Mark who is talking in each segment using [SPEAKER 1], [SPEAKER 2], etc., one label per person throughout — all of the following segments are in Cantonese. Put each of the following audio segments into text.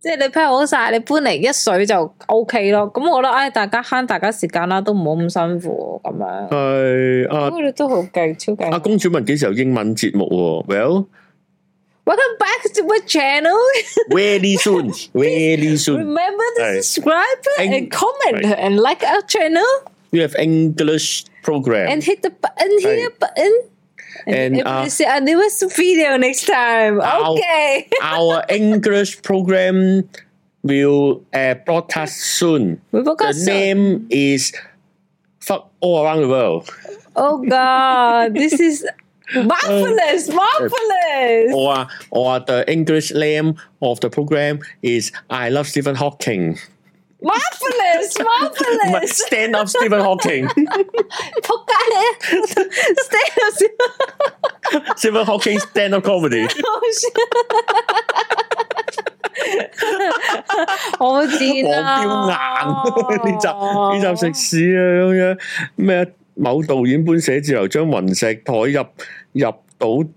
[SPEAKER 1] 即係你 pack 好晒，你搬嚟一水就 O K 咯。咁我覺得，唉，大家慳大家時間啦，都唔好咁辛苦咁樣。
[SPEAKER 2] 係
[SPEAKER 1] 不
[SPEAKER 2] 阿
[SPEAKER 1] 過你都好勁，超勁。
[SPEAKER 2] 阿公主問幾時有英文節目喎？Well,
[SPEAKER 1] Welcome back to my channel.
[SPEAKER 2] very soon, very soon.
[SPEAKER 1] Remember to
[SPEAKER 2] 係
[SPEAKER 1] subscribe and
[SPEAKER 2] 係
[SPEAKER 1] comment and like our channel
[SPEAKER 2] You have English
[SPEAKER 1] and
[SPEAKER 2] program.
[SPEAKER 1] hit the button here button.
[SPEAKER 2] And,
[SPEAKER 1] if
[SPEAKER 2] uh,
[SPEAKER 1] you see our newest video next time.
[SPEAKER 2] Ow.
[SPEAKER 1] Okay.
[SPEAKER 2] Our English program will uh, broadcast soon.
[SPEAKER 1] 每個
[SPEAKER 2] The name is fuck all around the world.
[SPEAKER 1] Oh God, this is
[SPEAKER 2] Uh,
[SPEAKER 1] marvelous, marvelous.
[SPEAKER 2] 我話我話 the English name of the program is I love Stephen Hawking，
[SPEAKER 1] Marvelous,
[SPEAKER 2] 唔係
[SPEAKER 1] marvelous！
[SPEAKER 2] Stand up Stephen Hawking，Stephen
[SPEAKER 1] 仆街你，stay 到先，
[SPEAKER 2] Hawking stand up comedy。
[SPEAKER 1] 好笑。我
[SPEAKER 2] 我
[SPEAKER 1] 賤啊！哦
[SPEAKER 2] 彪硬呢集呢集食屎啊咁樣咩？某導演搬寫字樓將雲石台入入到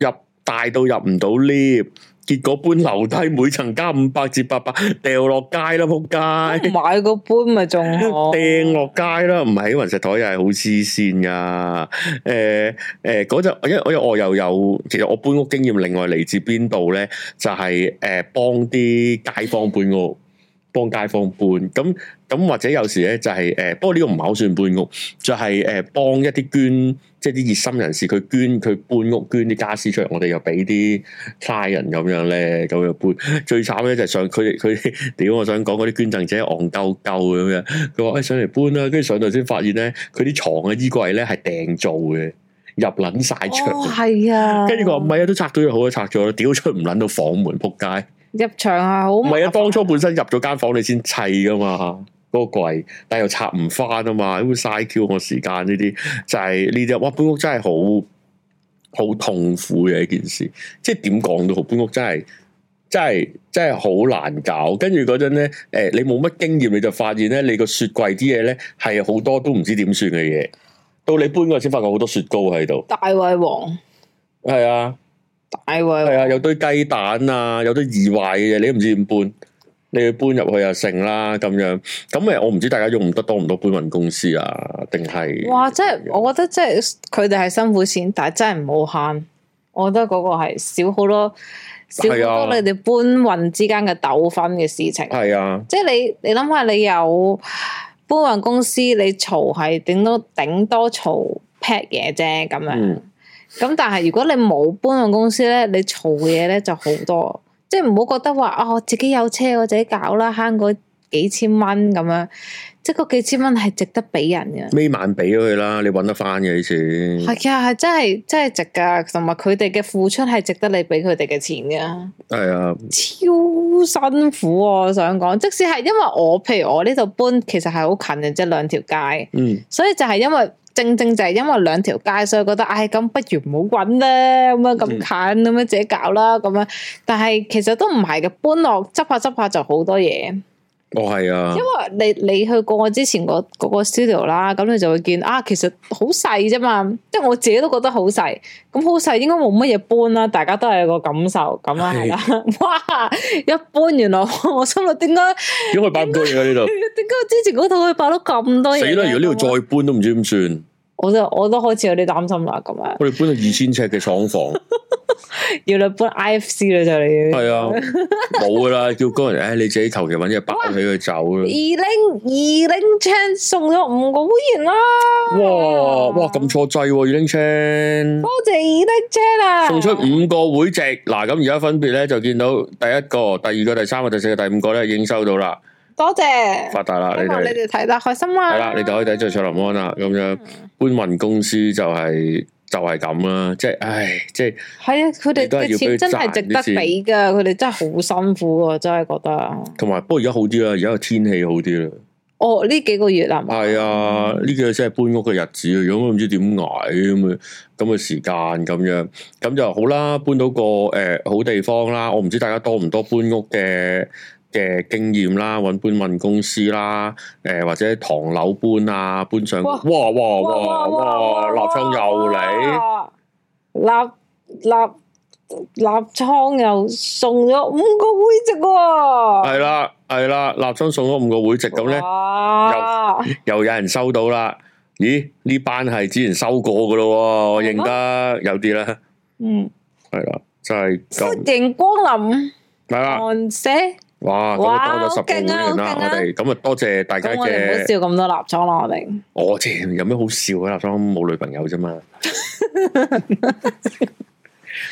[SPEAKER 2] 入大到入唔到 lift，結果搬樓梯每層加五百至八百，掉落街啦仆街！
[SPEAKER 1] 買個杯咪仲好。
[SPEAKER 2] 掟落街啦，唔係喺雲石台又係好黐線噶。誒誒嗰陣，因為因為我又有，其實我搬屋經驗，另外嚟自邊度咧，就係、誒、幫啲街坊搬屋， 幫街坊搬。咁咁或者有時咧就係、誒、不過呢個唔係好算搬屋，就係、誒、幫一啲捐，即係啲熱心人士，佢捐佢搬屋捐啲家私出嚟，我哋又俾啲 client 咁樣咧，咁樣搬。最慘咧就係上佢哋佢哋， 屌我想講嗰啲捐贈者戇鳩鳩咁樣。佢話：，誒哎上嚟搬啦，跟住上到先發現咧，佢啲床嘅衣櫃咧係訂做嘅，入撚晒
[SPEAKER 1] 哦，
[SPEAKER 2] 牆。
[SPEAKER 1] 係啊。
[SPEAKER 2] 跟住佢話唔係啊，都拆咗就好啊，拆咗啦，屌出唔撚到房門，仆街！
[SPEAKER 1] 入場係好
[SPEAKER 2] 唔
[SPEAKER 1] 唔
[SPEAKER 2] 係啊，當初本身入咗間房你先砌噶嘛，嗰、個櫃，但又拆唔翻啊嘛，咁嘥 Q 我時間呢啲，就係呢啲，哇！搬屋真係好好痛苦嘅一件事，即係點講都好，搬屋真係。真係真係好難搞，跟住嗰陣咧，誒、你冇乜經驗，你就發現咧，你個雪櫃啲嘢咧係好多都唔知點算嘅嘢，到你搬嗰陣先發覺好多雪糕喺度，
[SPEAKER 1] 大胃王，
[SPEAKER 2] 係啊。
[SPEAKER 1] 大胃王
[SPEAKER 2] 係啊，有堆雞蛋啊，有堆易壞嘅嘢，你都唔知點搬，你要搬入去又成啦咁樣。咁誒，我唔知大家用唔得多唔多搬運公司啊，定係
[SPEAKER 1] 哇！即係我覺得即係佢哋係辛苦錢，但係真係唔好慳。我覺得嗰個係少好多，少
[SPEAKER 2] 係啊
[SPEAKER 1] 好多你哋搬運之間嘅糾紛嘅事情。
[SPEAKER 2] 係啊，
[SPEAKER 1] 即係你你諗下，你有搬運公司，你嘈係頂多頂多嘈 pat 嘢啫咁樣。
[SPEAKER 2] 嗯
[SPEAKER 1] 咁、但係如果你冇搬運公司咧，你嘈嘅嘢咧就好多。即係唔好覺得話啊、我自己有車我自己搞啦，慳嗰幾千蚊咁樣。即係嗰幾千蚊係值得俾人嘅。
[SPEAKER 2] 尾晚俾咗佢啦，你揾得翻嘅啲錢。
[SPEAKER 1] 係啊，係真係真係值噶，同埋佢哋嘅付出係值得你俾佢哋嘅錢噶，
[SPEAKER 2] 係啊，
[SPEAKER 1] 超辛苦啊！我想講，即使係因為我，譬如我呢度搬，其實係好近嘅啫，兩條街，
[SPEAKER 2] 嗯，
[SPEAKER 1] 所以就係因為正正就係因為兩條街，所以覺得唉，咁不如唔好揾啦，咁樣咁近，咁樣自己搞啦，咁樣。但係其實都唔係嘅，搬落執下執下就好多嘢。
[SPEAKER 2] 我係啊，
[SPEAKER 1] 因為你你去過我之前嗰嗰個 studio 啦，咁你就會見啊，其實好細啫嘛，即係我自己都覺得好細，咁好細應該冇乜嘢搬啦，大家都係有個感受咁啦，係啦， 哇！一搬原來我心諗 點解
[SPEAKER 2] 因為擺唔多嘢喺呢度，
[SPEAKER 1] 點解我之前嗰度可以擺到咁多嘢？
[SPEAKER 2] 死啦！如果
[SPEAKER 1] 咁樣，
[SPEAKER 2] 呢度
[SPEAKER 1] 啊
[SPEAKER 2] 再搬都唔知點算，
[SPEAKER 1] 我就我都開始有啲擔心啦，咁樣
[SPEAKER 2] 我哋搬到二千尺嘅廠房，
[SPEAKER 1] 要你搬 IFC 啦就你。
[SPEAKER 2] 係啊，冇噶啦，叫工人，唉，你自己求其揾嘢包起佢走
[SPEAKER 1] 二
[SPEAKER 2] 啦。
[SPEAKER 1] 零二零 Chan 送咗五個會員啦！
[SPEAKER 2] 哇哇咁錯掣喎，二零 chain
[SPEAKER 1] 多。謝二零 Chan 啊！
[SPEAKER 2] 送出五個會籍，嗱咁而家分別咧就見到第一個、第二個、第三個、第四個、第五個咧已經收到啦，
[SPEAKER 1] 多謝。
[SPEAKER 2] 發達啦你
[SPEAKER 1] 希啊望你
[SPEAKER 2] 哋，
[SPEAKER 1] 哋睇得開心啦。
[SPEAKER 2] 係啦，你哋可以睇最卓林安啦，咁樣搬運公司就係、就係咁啦，即係唉，即係
[SPEAKER 1] 係啊，佢哋
[SPEAKER 2] 你都係要
[SPEAKER 1] 嘅錢真係值得俾噶，佢哋真係好辛苦喎，真係覺得。
[SPEAKER 2] 同埋不過而家好啲啦，而家個天氣好啲啦，
[SPEAKER 1] 哦，呢幾個月啊，
[SPEAKER 2] 係啊，呢幾個先係搬屋嘅日子啊，如果唔知點捱咁嘅咁嘅時間咁樣，咁就好啦，搬到個誒、呃好地方啦，我唔知大家多唔多搬屋嘅。嘅經驗啦，揾搬運公司啦，誒、或者唐樓搬啊，搬上
[SPEAKER 1] 哇
[SPEAKER 2] 哇哇哇哇，立昌又嚟，
[SPEAKER 1] 嚟，立立立倉又送咗五個會籍喎，
[SPEAKER 2] 係啦係啦，立昌送咗五個會籍咁咧，
[SPEAKER 1] 哇！
[SPEAKER 2] 又有人收到啦。咦？呢班係之前收過噶咯喎，我認得有啲啦，
[SPEAKER 1] 嗯，
[SPEAKER 2] 係啦，就係咁，
[SPEAKER 1] 歡迎光臨
[SPEAKER 2] 係啦。
[SPEAKER 1] 岸姐，
[SPEAKER 2] 哇！咁
[SPEAKER 1] 哇
[SPEAKER 2] 啊多咗
[SPEAKER 1] 好
[SPEAKER 2] 十個會
[SPEAKER 1] 勁啊
[SPEAKER 2] 員啦，
[SPEAKER 1] 好勁
[SPEAKER 2] 我
[SPEAKER 1] 啊
[SPEAKER 2] 哋咁啊多謝大家
[SPEAKER 1] 咁我哋唔好
[SPEAKER 2] 嘅。
[SPEAKER 1] 笑咁多立倉啦，我哋。
[SPEAKER 2] 我之前有咩好笑啊？立裝冇女朋友啫嘛，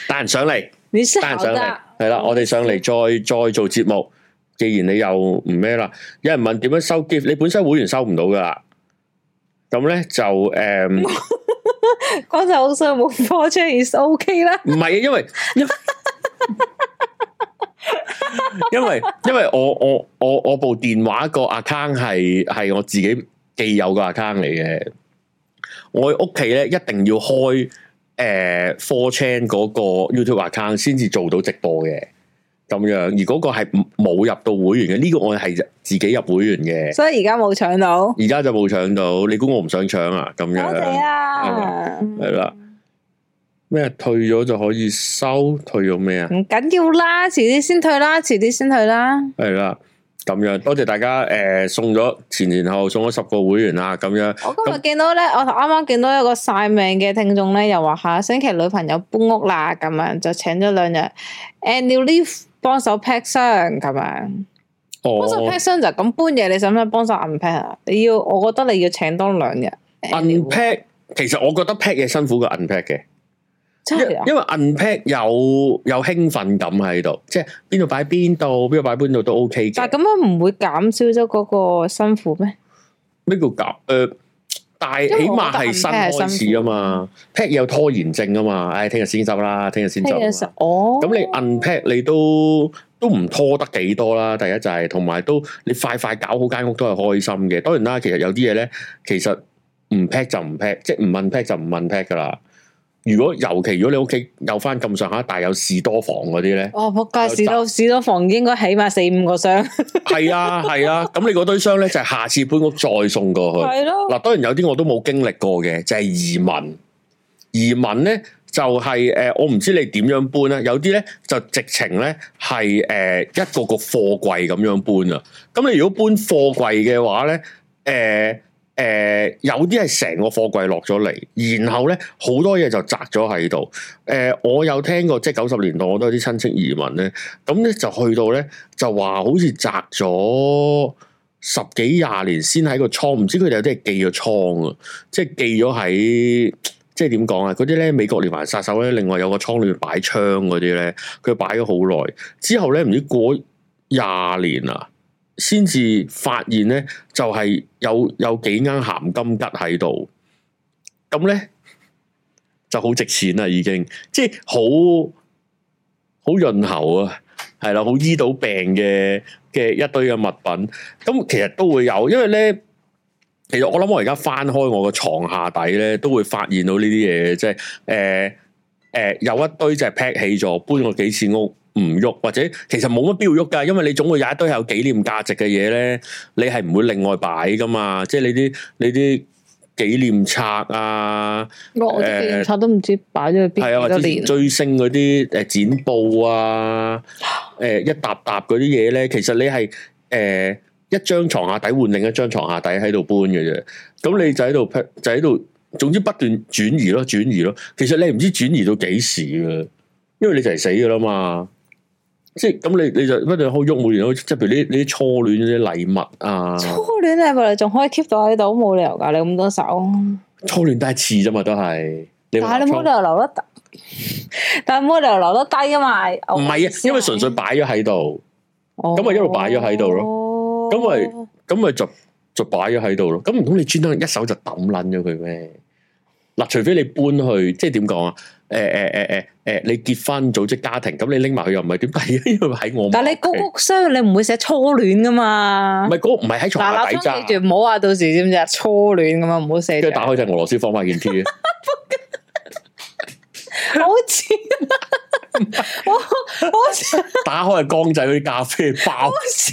[SPEAKER 2] 得人上嚟，
[SPEAKER 1] 你識
[SPEAKER 2] 得人上嚟，係啦，我哋上嚟再再做節目。既然你又唔咩啦，有人問點樣收 gift，你本身會員收唔到噶啦。咁咧就誒，唔、
[SPEAKER 1] 嗰陣好想冇貨出，is OK 啦。
[SPEAKER 2] 係啊，因為因因為因為我我我我部電話個 account 係係我自己既有個 account 嚟嘅。我喺屋企咧一定要開誒 Four Chan 嗰個 YouTube account 先至做到直播嘅，咁樣而嗰個係唔冇入到會員嘅，呢、個我係自己入會員嘅，
[SPEAKER 1] 所以而家冇搶到，
[SPEAKER 2] 而家就冇搶到，你估我唔想搶啊？咁
[SPEAKER 1] 多謝
[SPEAKER 2] 樣
[SPEAKER 1] 啊！
[SPEAKER 2] 係啦，咩退咗就可以收，退咗咩啊？
[SPEAKER 1] 唔緊要啦，遲啲先退啦，遲啲先退啦。
[SPEAKER 2] 係啦，咁樣多謝大家誒、送咗前前後後送咗十個會員啦，咁樣
[SPEAKER 1] 我今日見到咧，我頭啱啱見到一個晒命嘅聽眾咧，又話下星期女朋友搬屋啦，咁樣就請咗兩日 annual leave 幫手 pack 箱咁樣，幫手
[SPEAKER 2] 哦
[SPEAKER 1] pack 箱就咁搬嘢，你使唔使幫手 unpack 啊？你要，我覺得你要請多兩日 annual
[SPEAKER 2] unpack，其實我覺得 pack 嘢辛苦過 unpack 嘅。
[SPEAKER 1] 真係啊！
[SPEAKER 2] 因為 unpack 有有興奮感喺度，即係邊度擺邊度，邊度擺邊度都 OK
[SPEAKER 1] 但
[SPEAKER 2] 嘅。
[SPEAKER 1] 係咁樣唔會減少咗嗰個辛苦咩？
[SPEAKER 2] 咩叫夾？誒、但係
[SPEAKER 1] 因為
[SPEAKER 2] 起
[SPEAKER 1] 我
[SPEAKER 2] 碼
[SPEAKER 1] 覺得
[SPEAKER 2] 係新
[SPEAKER 1] unpack 係
[SPEAKER 2] 開
[SPEAKER 1] 辛
[SPEAKER 2] 始
[SPEAKER 1] 苦
[SPEAKER 2] 啊嘛，pack 有拖延症啊嘛，唉、聽日先執啦，聽日先執
[SPEAKER 1] 聽
[SPEAKER 2] 啊
[SPEAKER 1] 日實
[SPEAKER 2] 嘛。
[SPEAKER 1] 哦，
[SPEAKER 2] 咁你 unpack 你都都唔拖得幾多啦，第一就係同埋都你快快搞好間屋都係開心嘅。當然啦，其實有啲嘢咧，其實唔 pack 就唔 pack，即係唔問 pack 就唔問 pack 噶啦。如果尤其如果你屋企有翻咁上下大有士多房嗰啲咧。
[SPEAKER 1] 哦仆街，
[SPEAKER 2] 有
[SPEAKER 1] 士多士多房應該起碼四五個 箱，
[SPEAKER 2] 係啊，係啊，咁你嗰堆箱咧就係下次搬屋再送過去。
[SPEAKER 1] 係咯，
[SPEAKER 2] 嗱，當然有啲我都冇經歷過嘅，就係、移民。移民咧就係、呃我唔知你點樣搬啊啦。有啲咧就直情咧係誒一個個貨櫃咁樣搬啊。咁你如果搬貨櫃嘅話咧，誒、呃、誒、呃、有啲係成個貨櫃落咗嚟，然後咧好多嘢就擲咗喺度。誒、我有聽過，即係九十年代我都有啲親戚移民咧，咁咧就去到咧就話好似擲咗。十幾廿年先喺個倉，唔知佢哋有啲係寄咗倉啊，即係寄咗喺，即係點講啊？嗰啲咧美國連環殺手咧，另外有個倉裏面擺槍嗰啲咧，佢擺咗好耐，之後咧唔知過廿年啊，先至發現咧就係、有有幾啱鹹金桔喺度，咁咧就好值錢啦，已經即係好好潤喉啊，係啦，好醫到病嘅嘅一堆嘅物品。咁其實都會有，因為咧，其實我諗我而家翻開我個床下底咧，都會發現到呢啲嘢，即係誒誒有一堆就係 pack 起咗，搬過幾次屋唔喐，或者其實冇乜必要喐㗎，因為你總會有一堆有紀念價值嘅嘢咧，你係唔會另外擺㗎嘛，即係你啲你啲紀念冊啊。
[SPEAKER 1] 我我啲
[SPEAKER 2] 誒
[SPEAKER 1] 紀念冊都唔知擺咗去邊
[SPEAKER 2] 係啊，
[SPEAKER 1] 幾
[SPEAKER 2] 或
[SPEAKER 1] 多
[SPEAKER 2] 者
[SPEAKER 1] 年，
[SPEAKER 2] 追星嗰啲誒剪報啊，誒、一沓沓嗰啲嘢咧，其實你係誒、一張床下底換另一張床下底喺度搬嘅啫，咁你就喺度 pack- 就喺度，總之不斷轉移咯，轉移咯。其實你唔知轉移到幾時嘅，因為你就係死噶啦嘛。即係咁，你你就不斷好喐，每年好，即係譬如呢呢啲初戀嗰啲禮物啊，
[SPEAKER 1] 初戀係咪你仲可以 keep 到喺度？冇理由㗎，你咁多手，
[SPEAKER 2] 初戀都係一次啫嘛，都係。
[SPEAKER 1] 但係你冇
[SPEAKER 2] 話初
[SPEAKER 1] 理由留得低，但係冇理由留得低㗎嘛，
[SPEAKER 2] 唔係啊，因為純粹擺咗喺度。咁咪一路擺咗喺度
[SPEAKER 1] 咯
[SPEAKER 2] 咁咪咁咪就就擺咗喺度咯。咁唔通你專登一手就抌撚咗佢咩？嗱，除非你搬去，即係點講啊？誒誒誒誒誒，你結婚組織家庭，咁你拎埋佢又唔係點？但係因為喺我
[SPEAKER 1] 但係你
[SPEAKER 2] 嗰
[SPEAKER 1] 嗰個箱你唔會寫初戀㗎嘛
[SPEAKER 2] 唔？係嗰個唔係喺床
[SPEAKER 1] 嗱，
[SPEAKER 2] 下
[SPEAKER 1] 立
[SPEAKER 2] 底
[SPEAKER 1] 裝
[SPEAKER 2] 咋，
[SPEAKER 1] 記住唔好話到時知唔知啊？初戀咁啊，唔好寫
[SPEAKER 2] 跟
[SPEAKER 1] 住
[SPEAKER 2] 住， 打開隻俄羅斯方塊件 T 啊
[SPEAKER 1] 好似 我好似
[SPEAKER 2] 打開係江仔嗰啲咖啡包，
[SPEAKER 1] 好似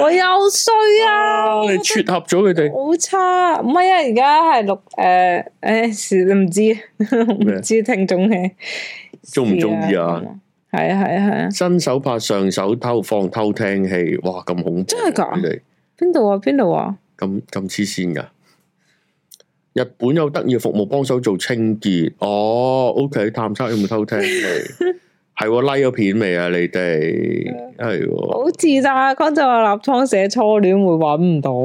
[SPEAKER 1] 我又衰啊！
[SPEAKER 2] 你撮合咗佢哋
[SPEAKER 1] 好差，唔係啊！而家係錄誒誒，唔知
[SPEAKER 2] 咩
[SPEAKER 1] 唔知聽眾嘅
[SPEAKER 2] 中唔中意啊？
[SPEAKER 1] 係啊係啊係啊！
[SPEAKER 2] 新手拍上手偷放偷聽器，哇咁恐怖！啊
[SPEAKER 1] 真係㗎
[SPEAKER 2] 佢哋
[SPEAKER 1] 邊度啊邊度啊？
[SPEAKER 2] 咁咁黐線噶。日本有得意嘅服務幫手做清潔，哦，OK，探測有冇偷 聽器？係喎，拉咗片未啊？你哋係啊喎，
[SPEAKER 1] 好自咋？嗰陣話立倉寫初戀會揾唔到，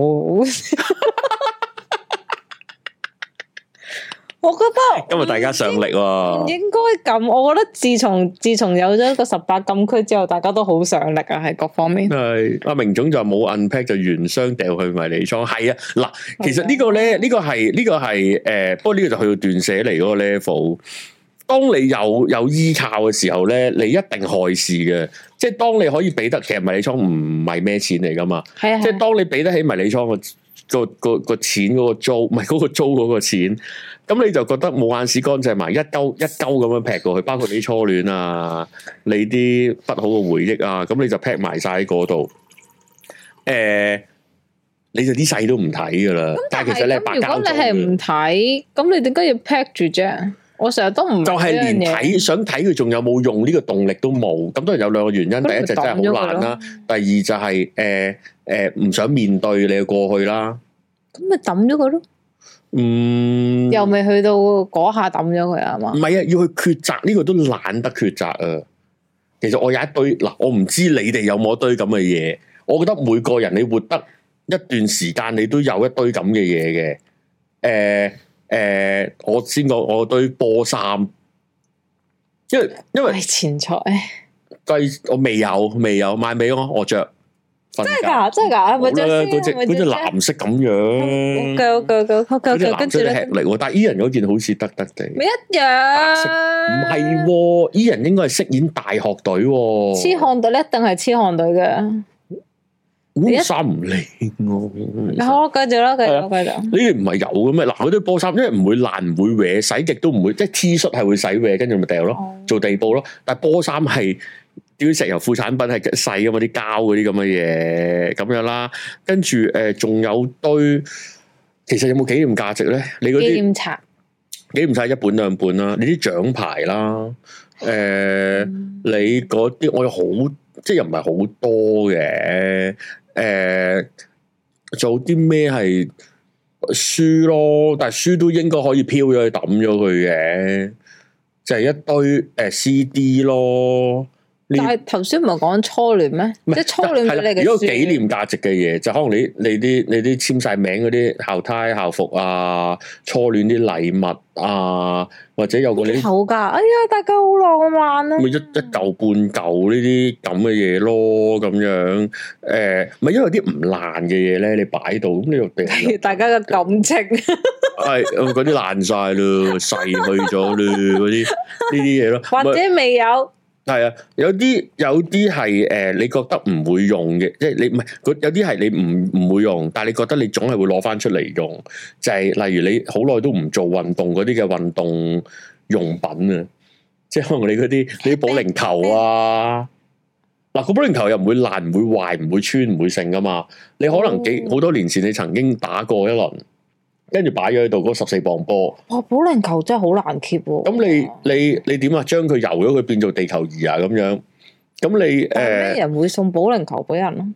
[SPEAKER 1] 我覺得
[SPEAKER 2] 今日大家上力
[SPEAKER 1] 唔
[SPEAKER 2] 喎，
[SPEAKER 1] 應該咁。我覺得自從自從有咗一個十八禁區之後，大家都好上力啊，喺各方面。
[SPEAKER 2] 係阿明總就話冇 unpack 就原箱掉去迷你倉，係啊，嗱，其實呢個咧，呢個係呢個係誒，不過呢個就去到斷捨離嗰個 level。當你有有依靠嘅時候咧，你一定害事嘅。即係當你可以俾得，其實迷你倉唔係咩錢嚟噶嘛。
[SPEAKER 1] 係啊，
[SPEAKER 2] 即係當你俾得起迷你倉個個個個錢嗰個租，唔係嗰個租嗰個錢，咁你就覺得冇眼屎乾淨埋，一鳩一鳩咁樣劈過去，包括你啲初戀啊，你啲不好嘅回憶啊，咁你就劈埋晒喺嗰度。誒、你就啲世都唔睇噶啦。但係其實你係白
[SPEAKER 1] 咁如果你
[SPEAKER 2] 交
[SPEAKER 1] 係
[SPEAKER 2] 租嘅
[SPEAKER 1] 唔睇，咁你點解要 pack 住啫？我成日都唔明
[SPEAKER 2] 就係
[SPEAKER 1] 呢樣
[SPEAKER 2] 連
[SPEAKER 1] 嘢
[SPEAKER 2] 睇想睇佢仲有冇用呢個動力都冇。咁當然有兩個原因，
[SPEAKER 1] 咁
[SPEAKER 2] 第一
[SPEAKER 1] 咪
[SPEAKER 2] 就真係
[SPEAKER 1] 抌咗佢
[SPEAKER 2] 好難
[SPEAKER 1] 咯
[SPEAKER 2] 啦，第二就係誒誒唔想面對你嘅過去啦。
[SPEAKER 1] 咁咪抌咗佢咯，
[SPEAKER 2] 嗯，
[SPEAKER 1] 又未去到嗰下抌咗佢啊嘛
[SPEAKER 2] 唔？係啊，要去抉擇呢個都懶得抉擇啊。其實我有一堆嗱，我唔知你哋有冇一堆咁嘅嘢。我覺得每個人你活得一段時間，你都有一堆咁嘅嘢嘅。誒、誒、我先講我堆波衫，因為因為
[SPEAKER 1] 喂，錢財
[SPEAKER 2] 計我未有未有買俾我，我着真
[SPEAKER 1] 真係㗎，真係㗎，係咪
[SPEAKER 2] 冇
[SPEAKER 1] 真
[SPEAKER 2] 啦，嗰隻
[SPEAKER 1] 先？係咪哦真
[SPEAKER 2] 嗰隻
[SPEAKER 1] 先
[SPEAKER 2] 藍色咁樣，
[SPEAKER 1] 夠夠夠夠
[SPEAKER 2] 嗰
[SPEAKER 1] 夠
[SPEAKER 2] 隻
[SPEAKER 1] 夠，跟住
[SPEAKER 2] 藍色
[SPEAKER 1] 咧
[SPEAKER 2] 係力喎，但係 E 人嗰件好似得得地。
[SPEAKER 1] 咪一樣，
[SPEAKER 2] 唔係
[SPEAKER 1] 唔
[SPEAKER 2] 喎，E 人應該係飾演大學隊喎。
[SPEAKER 1] 痴漢隊咧，一定係痴漢隊
[SPEAKER 2] 嗯
[SPEAKER 1] 嘅。你一
[SPEAKER 2] 喎，衫唔靚喎。
[SPEAKER 1] 好，繼續啦，繼
[SPEAKER 2] 係
[SPEAKER 1] 續
[SPEAKER 2] 啊
[SPEAKER 1] 繼續。
[SPEAKER 2] 呢啲唔係有嘅咩？嗱，嗰啲波衫因為唔會爛，唔會歪，洗極都唔會，即係 T 恤係會洗歪，跟住咪掉咯，
[SPEAKER 1] 哦
[SPEAKER 2] 做地步咯。但係波衫係啲石油副產品係細啊嘛，啲膠嗰啲咁嘅嘢咁樣啦。跟住誒，仲、有堆，其實有冇紀念價值咧？你嗰啲
[SPEAKER 1] 檢查，
[SPEAKER 2] 紀念晒一本兩本啦，你啲獎牌啦，誒、
[SPEAKER 1] 嗯
[SPEAKER 2] 你嗰啲我有好，即係又唔係好多嘅，誒、做啲咩係書咯，但係書都應該可以飄咗去抌咗佢嘅，就係、一堆誒、CD 咯，呢
[SPEAKER 1] 但係頭先唔係講初戀咩？
[SPEAKER 2] 唔係
[SPEAKER 1] 即係初戀
[SPEAKER 2] 係啦
[SPEAKER 1] 俾你嘅
[SPEAKER 2] 如
[SPEAKER 1] 書
[SPEAKER 2] 果有紀念價值嘅嘢，就可能你你啲你啲簽晒名嗰啲校呔校服啊，初戀啲禮物啊，或者有個你啲
[SPEAKER 1] 好㗎。哎呀，大家好浪漫啊！
[SPEAKER 2] 咪一一嚿半嚿呢啲咁嘅嘢咯，咁樣誒，咪、因為啲唔爛嘅嘢咧，你擺到咁你又掉啦，
[SPEAKER 1] 大家嘅感情，
[SPEAKER 2] 係咁嗰啲爛晒啦，逝去咗啦，嗰啲呢啲嘢咯，
[SPEAKER 1] 或
[SPEAKER 2] 咪
[SPEAKER 1] 者未有，
[SPEAKER 2] 係啊，有啲有啲係誒，你覺得唔會用嘅，即係你唔係嗰有啲係你唔唔會用，但係你覺得你總係會攞翻出嚟用，就係、例如你好耐都唔做運動嗰啲嘅運動用品啊，即係可能你嗰啲你啲保齡球啊，嗱個保齡球又唔會爛、唔會壞、唔會穿、唔會剩噶嘛，你可能幾
[SPEAKER 1] 哦
[SPEAKER 2] 好多年前你曾經打過一輪，跟住擺咗喺度嗰十四磅波。
[SPEAKER 1] 哇！保齡球真係好難 keep 喎。哦
[SPEAKER 2] 咁你你你點啊？將佢游咗佢變做地球儀啊咁樣。咁你誒、呃
[SPEAKER 1] 但係咩啊人會送保齡球俾人咯？啊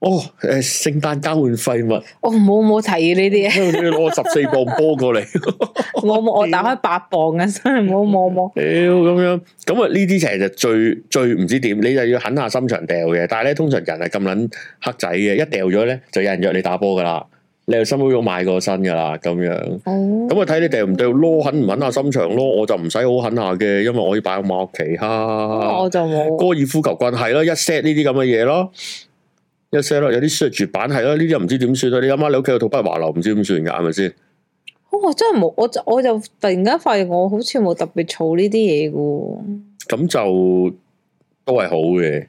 [SPEAKER 2] 哦誒、聖誕交換廢物，
[SPEAKER 1] 我哦冇冇提議呢 啲嘢，
[SPEAKER 2] 你攞十四磅波過嚟，
[SPEAKER 1] 我冇
[SPEAKER 2] 啊
[SPEAKER 1] 我打開八磅嘅，真係冇冇冇。
[SPEAKER 2] 屌咁樣。咁啊呢啲其實就最最唔知點，你就要狠下心腸掉嘅。但係咧，通常人係咁撚黑仔嘅，一掉咗咧就有人約你打波噶啦，你又心好咗買過身噶啦咁樣。
[SPEAKER 1] 哦，
[SPEAKER 2] 咁啊睇你掉唔掉咯，狠唔狠下心腸咯，我就唔使好狠下嘅，因為我可以擺喺我屋企哈哈哈哈
[SPEAKER 1] 我就冇。
[SPEAKER 2] 高爾夫球棍係咯，一 set 呢啲咁嘅嘢咯，一 set 咯，有啲削絕版係咯，呢啲又唔知點算啊！你阿媽你屋企有套筆華流，唔知點算㗎，係咪先？
[SPEAKER 1] 哦我真係冇，我就我就突然間發現我好似冇特別儲呢啲嘢嘅喎。
[SPEAKER 2] 咁就都係好嘅，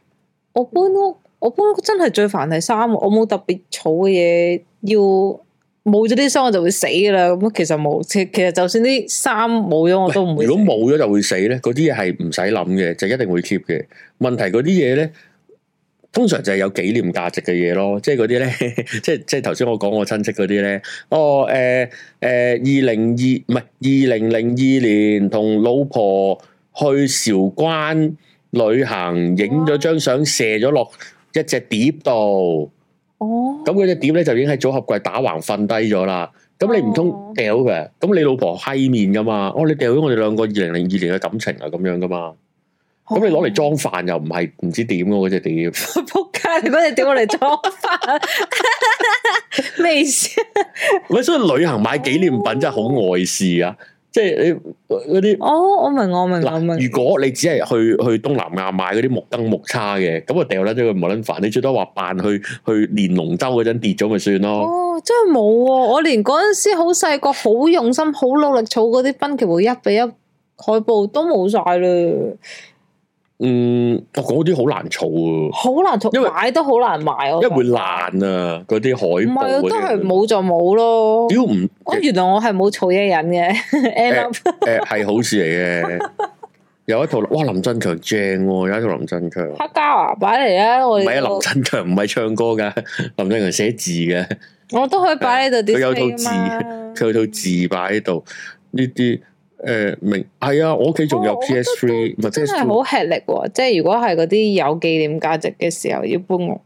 [SPEAKER 1] 我搬屋，我搬屋真係最煩係衫，我冇特別儲嘅嘢，要冇咗啲衫我就會死噶啦。咁其實冇，其其實就算啲衫冇咗我都唔會死。
[SPEAKER 2] 如果冇咗就會死咧，嗰啲嘢係唔使諗嘅，就一定會 keep 嘅。問題嗰啲嘢咧，通常就係有紀念價值嘅嘢咯， 即係嗰啲咧，即係即係頭先我講我親戚嗰啲咧，哦誒誒二零二唔係二零零二年同老婆去韶關旅行，影咗張相射咗落一隻碟度，
[SPEAKER 1] 哦，
[SPEAKER 2] 咁嗰隻碟咧就已經喺組合櫃打橫瞓低咗啦。咁你唔通
[SPEAKER 1] 哦
[SPEAKER 2] 掉嘅？咁你老婆閪面噶嘛？哦，你掉咗我哋兩個二零零二年嘅感情啊，咁樣噶
[SPEAKER 1] 哦
[SPEAKER 2] 嘛？咁你攞嚟裝飯又唔係唔知點喎嗰隻 碟。
[SPEAKER 1] 仆街，你嗰只屌我嚟裝飯，咩意思？
[SPEAKER 2] 喂，所以旅行買紀念品真係好礙事啊！即係你嗰啲
[SPEAKER 1] 哦，我明我明我
[SPEAKER 2] 嗱，
[SPEAKER 1] 明，
[SPEAKER 2] 如果你只係去去東南亞買嗰啲木燈木叉嘅，咁啊掉甩咗佢冇撚煩，你最多話扮去去連龍舟嗰陣跌咗咪算咯。
[SPEAKER 1] 哦，真係冇喎！我連嗰陣時好細個，好用心、好努力儲嗰啲賓奇會一比一海報都冇晒啦，
[SPEAKER 2] 嗯，我嗰啲好難儲啊，
[SPEAKER 1] 好難
[SPEAKER 2] 因為
[SPEAKER 1] 儲，買都好難買我
[SPEAKER 2] 因為會爛啊，嗰啲海
[SPEAKER 1] 唔係啊
[SPEAKER 2] 報嗰啲。
[SPEAKER 1] 都係冇就冇咯。
[SPEAKER 2] 屌唔
[SPEAKER 1] 我原來我係冇儲一人嘅 end up
[SPEAKER 2] 誒呃係好事嚟嘅。有一套哇林振強正喎，有一套林振強。
[SPEAKER 1] 黑膠啊，擺嚟啊！
[SPEAKER 2] 唔
[SPEAKER 1] 我
[SPEAKER 2] 係啊，林
[SPEAKER 1] 哋
[SPEAKER 2] 振強唔係唱歌㗎， 林振強寫字嘅。
[SPEAKER 1] 我都可以擺喺度 display
[SPEAKER 2] 佢有套
[SPEAKER 1] 㗎嘛
[SPEAKER 2] 佢有套字擺喺度，呢啲誒明係啊！我屋企仲有
[SPEAKER 1] 哦我覺得
[SPEAKER 2] PS Three，唔係
[SPEAKER 1] 真
[SPEAKER 2] PS
[SPEAKER 1] 係
[SPEAKER 2] Two，
[SPEAKER 1] 好吃力喎！即係如果係嗰啲有紀念價值嘅時候要搬屋，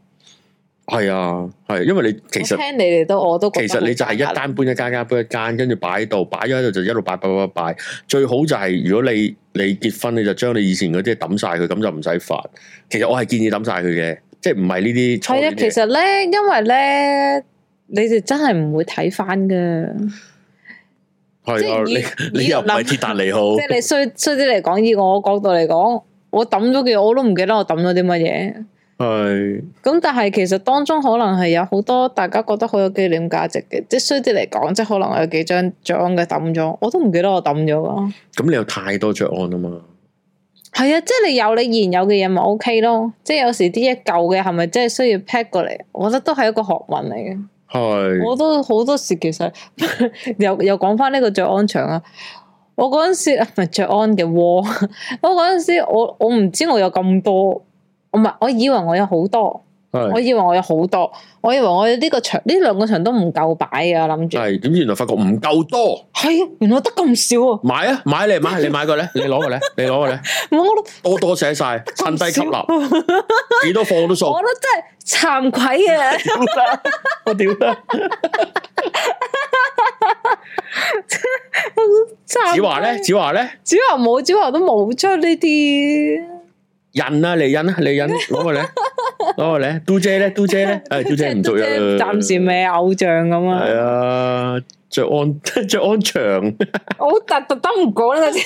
[SPEAKER 2] 係啊，係因為你其
[SPEAKER 1] 我
[SPEAKER 2] 實
[SPEAKER 1] 聽你哋都我都覺
[SPEAKER 2] 其
[SPEAKER 1] 得
[SPEAKER 2] 實你就係
[SPEAKER 1] 好
[SPEAKER 2] 一
[SPEAKER 1] 麻煩
[SPEAKER 2] 單搬一間，間搬一間，跟住擺喺度，擺咗喺度就一路擺擺擺擺。最好就係如果你你結婚，你就將你以前嗰啲抌晒佢，咁就唔使煩。其實我係建議抌晒佢嘅，即係唔係呢啲錯
[SPEAKER 1] 係啊
[SPEAKER 2] 呢，啲
[SPEAKER 1] 其實咧，因為咧，你哋真係唔會睇翻噶，即
[SPEAKER 2] 係啊
[SPEAKER 1] 係以
[SPEAKER 2] 你你
[SPEAKER 1] 以
[SPEAKER 2] 又唔係
[SPEAKER 1] 諗
[SPEAKER 2] 鐵達尼號
[SPEAKER 1] 即，係你衰衰啲嚟講，以我角度嚟講，我抌咗嘅我都唔記得我抌咗啲乜嘢。
[SPEAKER 2] 係
[SPEAKER 1] 咁但係其實當中可能係有好多大家覺得好有紀念價值嘅，即係衰啲嚟講，即係可能我有幾張獎嘅抌咗，我都唔記得我抌咗噶。
[SPEAKER 2] 咁你有太多着案啊嘛。
[SPEAKER 1] 係啊，即係你有你現有嘅嘢咪 O K 咯，即係有時啲一舊嘅係咪真係需要 pack 過嚟？我覺得都係一個學問嚟嘅。
[SPEAKER 2] 嗯係
[SPEAKER 1] 我都好多時其實 又又講翻呢個着安場啊！我嗰陣時啊 唔係着安嘅鍋， 我嗰陣時我我唔知我有咁多，我唔係我以為我有好多，我
[SPEAKER 2] 係
[SPEAKER 1] 以為我有好多，我以為我有呢個場呢兩個場都唔夠擺啊！諗住
[SPEAKER 2] 係，點知原來發覺唔夠多。
[SPEAKER 1] 係啊，原來得咁少啊！
[SPEAKER 2] 買啊，買你 買，你買個咧，你攞個咧，你攞個咧，
[SPEAKER 1] 我都
[SPEAKER 2] 多多寫晒，趁低吸納，哦幾多貨都送
[SPEAKER 1] 我。都真係慚愧啊！
[SPEAKER 2] 屌啦，我屌啦！
[SPEAKER 1] 慚愧
[SPEAKER 2] 子華咧，，子華咧，
[SPEAKER 1] 子華冇，子華都冇出呢啲。
[SPEAKER 2] 印啦，你印啦，你印，啊攞個咧，攞個咧，嘟姐咧，嘟 姐咧，誒，嘟姐唔續約啦，
[SPEAKER 1] 暫時未有偶像咁啊！
[SPEAKER 2] 係啊，着安 着安 長，
[SPEAKER 1] 我特特登唔講呢個啫，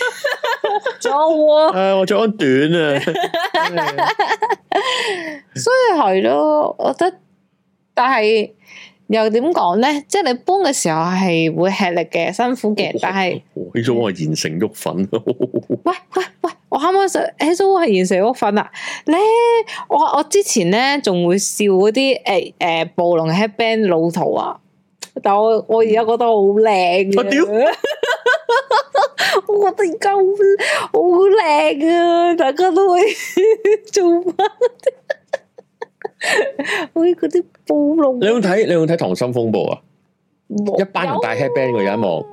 [SPEAKER 1] 仲有喎，
[SPEAKER 2] 誒，我着安短 啊，
[SPEAKER 1] 所以係咯，我覺得，但係又點講咧？即係你搬嘅時候係會吃力嘅、辛苦 嘅，但係
[SPEAKER 2] 哦呢種我係現成喐 粉，
[SPEAKER 1] 喂喂喂，我啱啱想起咗係現成屋瞓啊！咧，我我之前咧仲會笑嗰啲誒誒暴龍 headband 老圖啊，但我我而家覺得好靚
[SPEAKER 2] 我屌
[SPEAKER 1] 啊！ 我覺得而家好好靚啊！大家都會 做乜？好似嗰啲暴龍
[SPEAKER 2] 你有冇睇？你有冇睇《溏心風暴》啊？
[SPEAKER 1] 冇
[SPEAKER 2] 一班人戴 headband 嘅有一幕，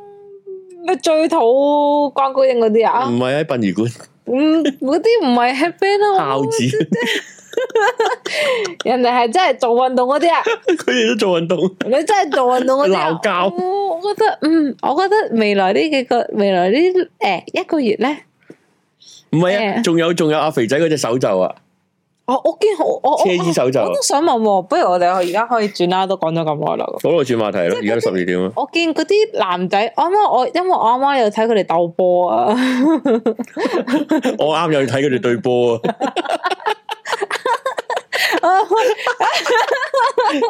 [SPEAKER 1] 咩最討關高英嗰啲啊
[SPEAKER 2] 唔？係喺殯儀館
[SPEAKER 1] 嗯，嗰啲唔係 headband 啊，
[SPEAKER 2] 孝
[SPEAKER 1] 我
[SPEAKER 2] 子。
[SPEAKER 1] 人哋係真係做運動嗰啲 啊，
[SPEAKER 2] 佢哋都做運動，
[SPEAKER 1] 人哋真係做運動嗰啲啊
[SPEAKER 2] 鬧交
[SPEAKER 1] 我我覺得，嗯，我覺得未來呢幾個，未來呢誒、一個月咧，
[SPEAKER 2] 唔係啊，
[SPEAKER 1] 咩
[SPEAKER 2] 仲有仲有阿肥仔嗰隻手袖啊，
[SPEAKER 1] 我我見好，我我
[SPEAKER 2] 車衣
[SPEAKER 1] 我
[SPEAKER 2] 手袖，啊
[SPEAKER 1] 我都想問喎，不如我哋而家可以轉啦，都講咗咁耐啦。
[SPEAKER 2] 好耐轉話題啦，而家都十二點啊啦，
[SPEAKER 1] 我見嗰啲男仔，啱啱我因為我啱啱有睇佢哋鬥波啊，
[SPEAKER 2] 我啱又去睇佢哋對波啊，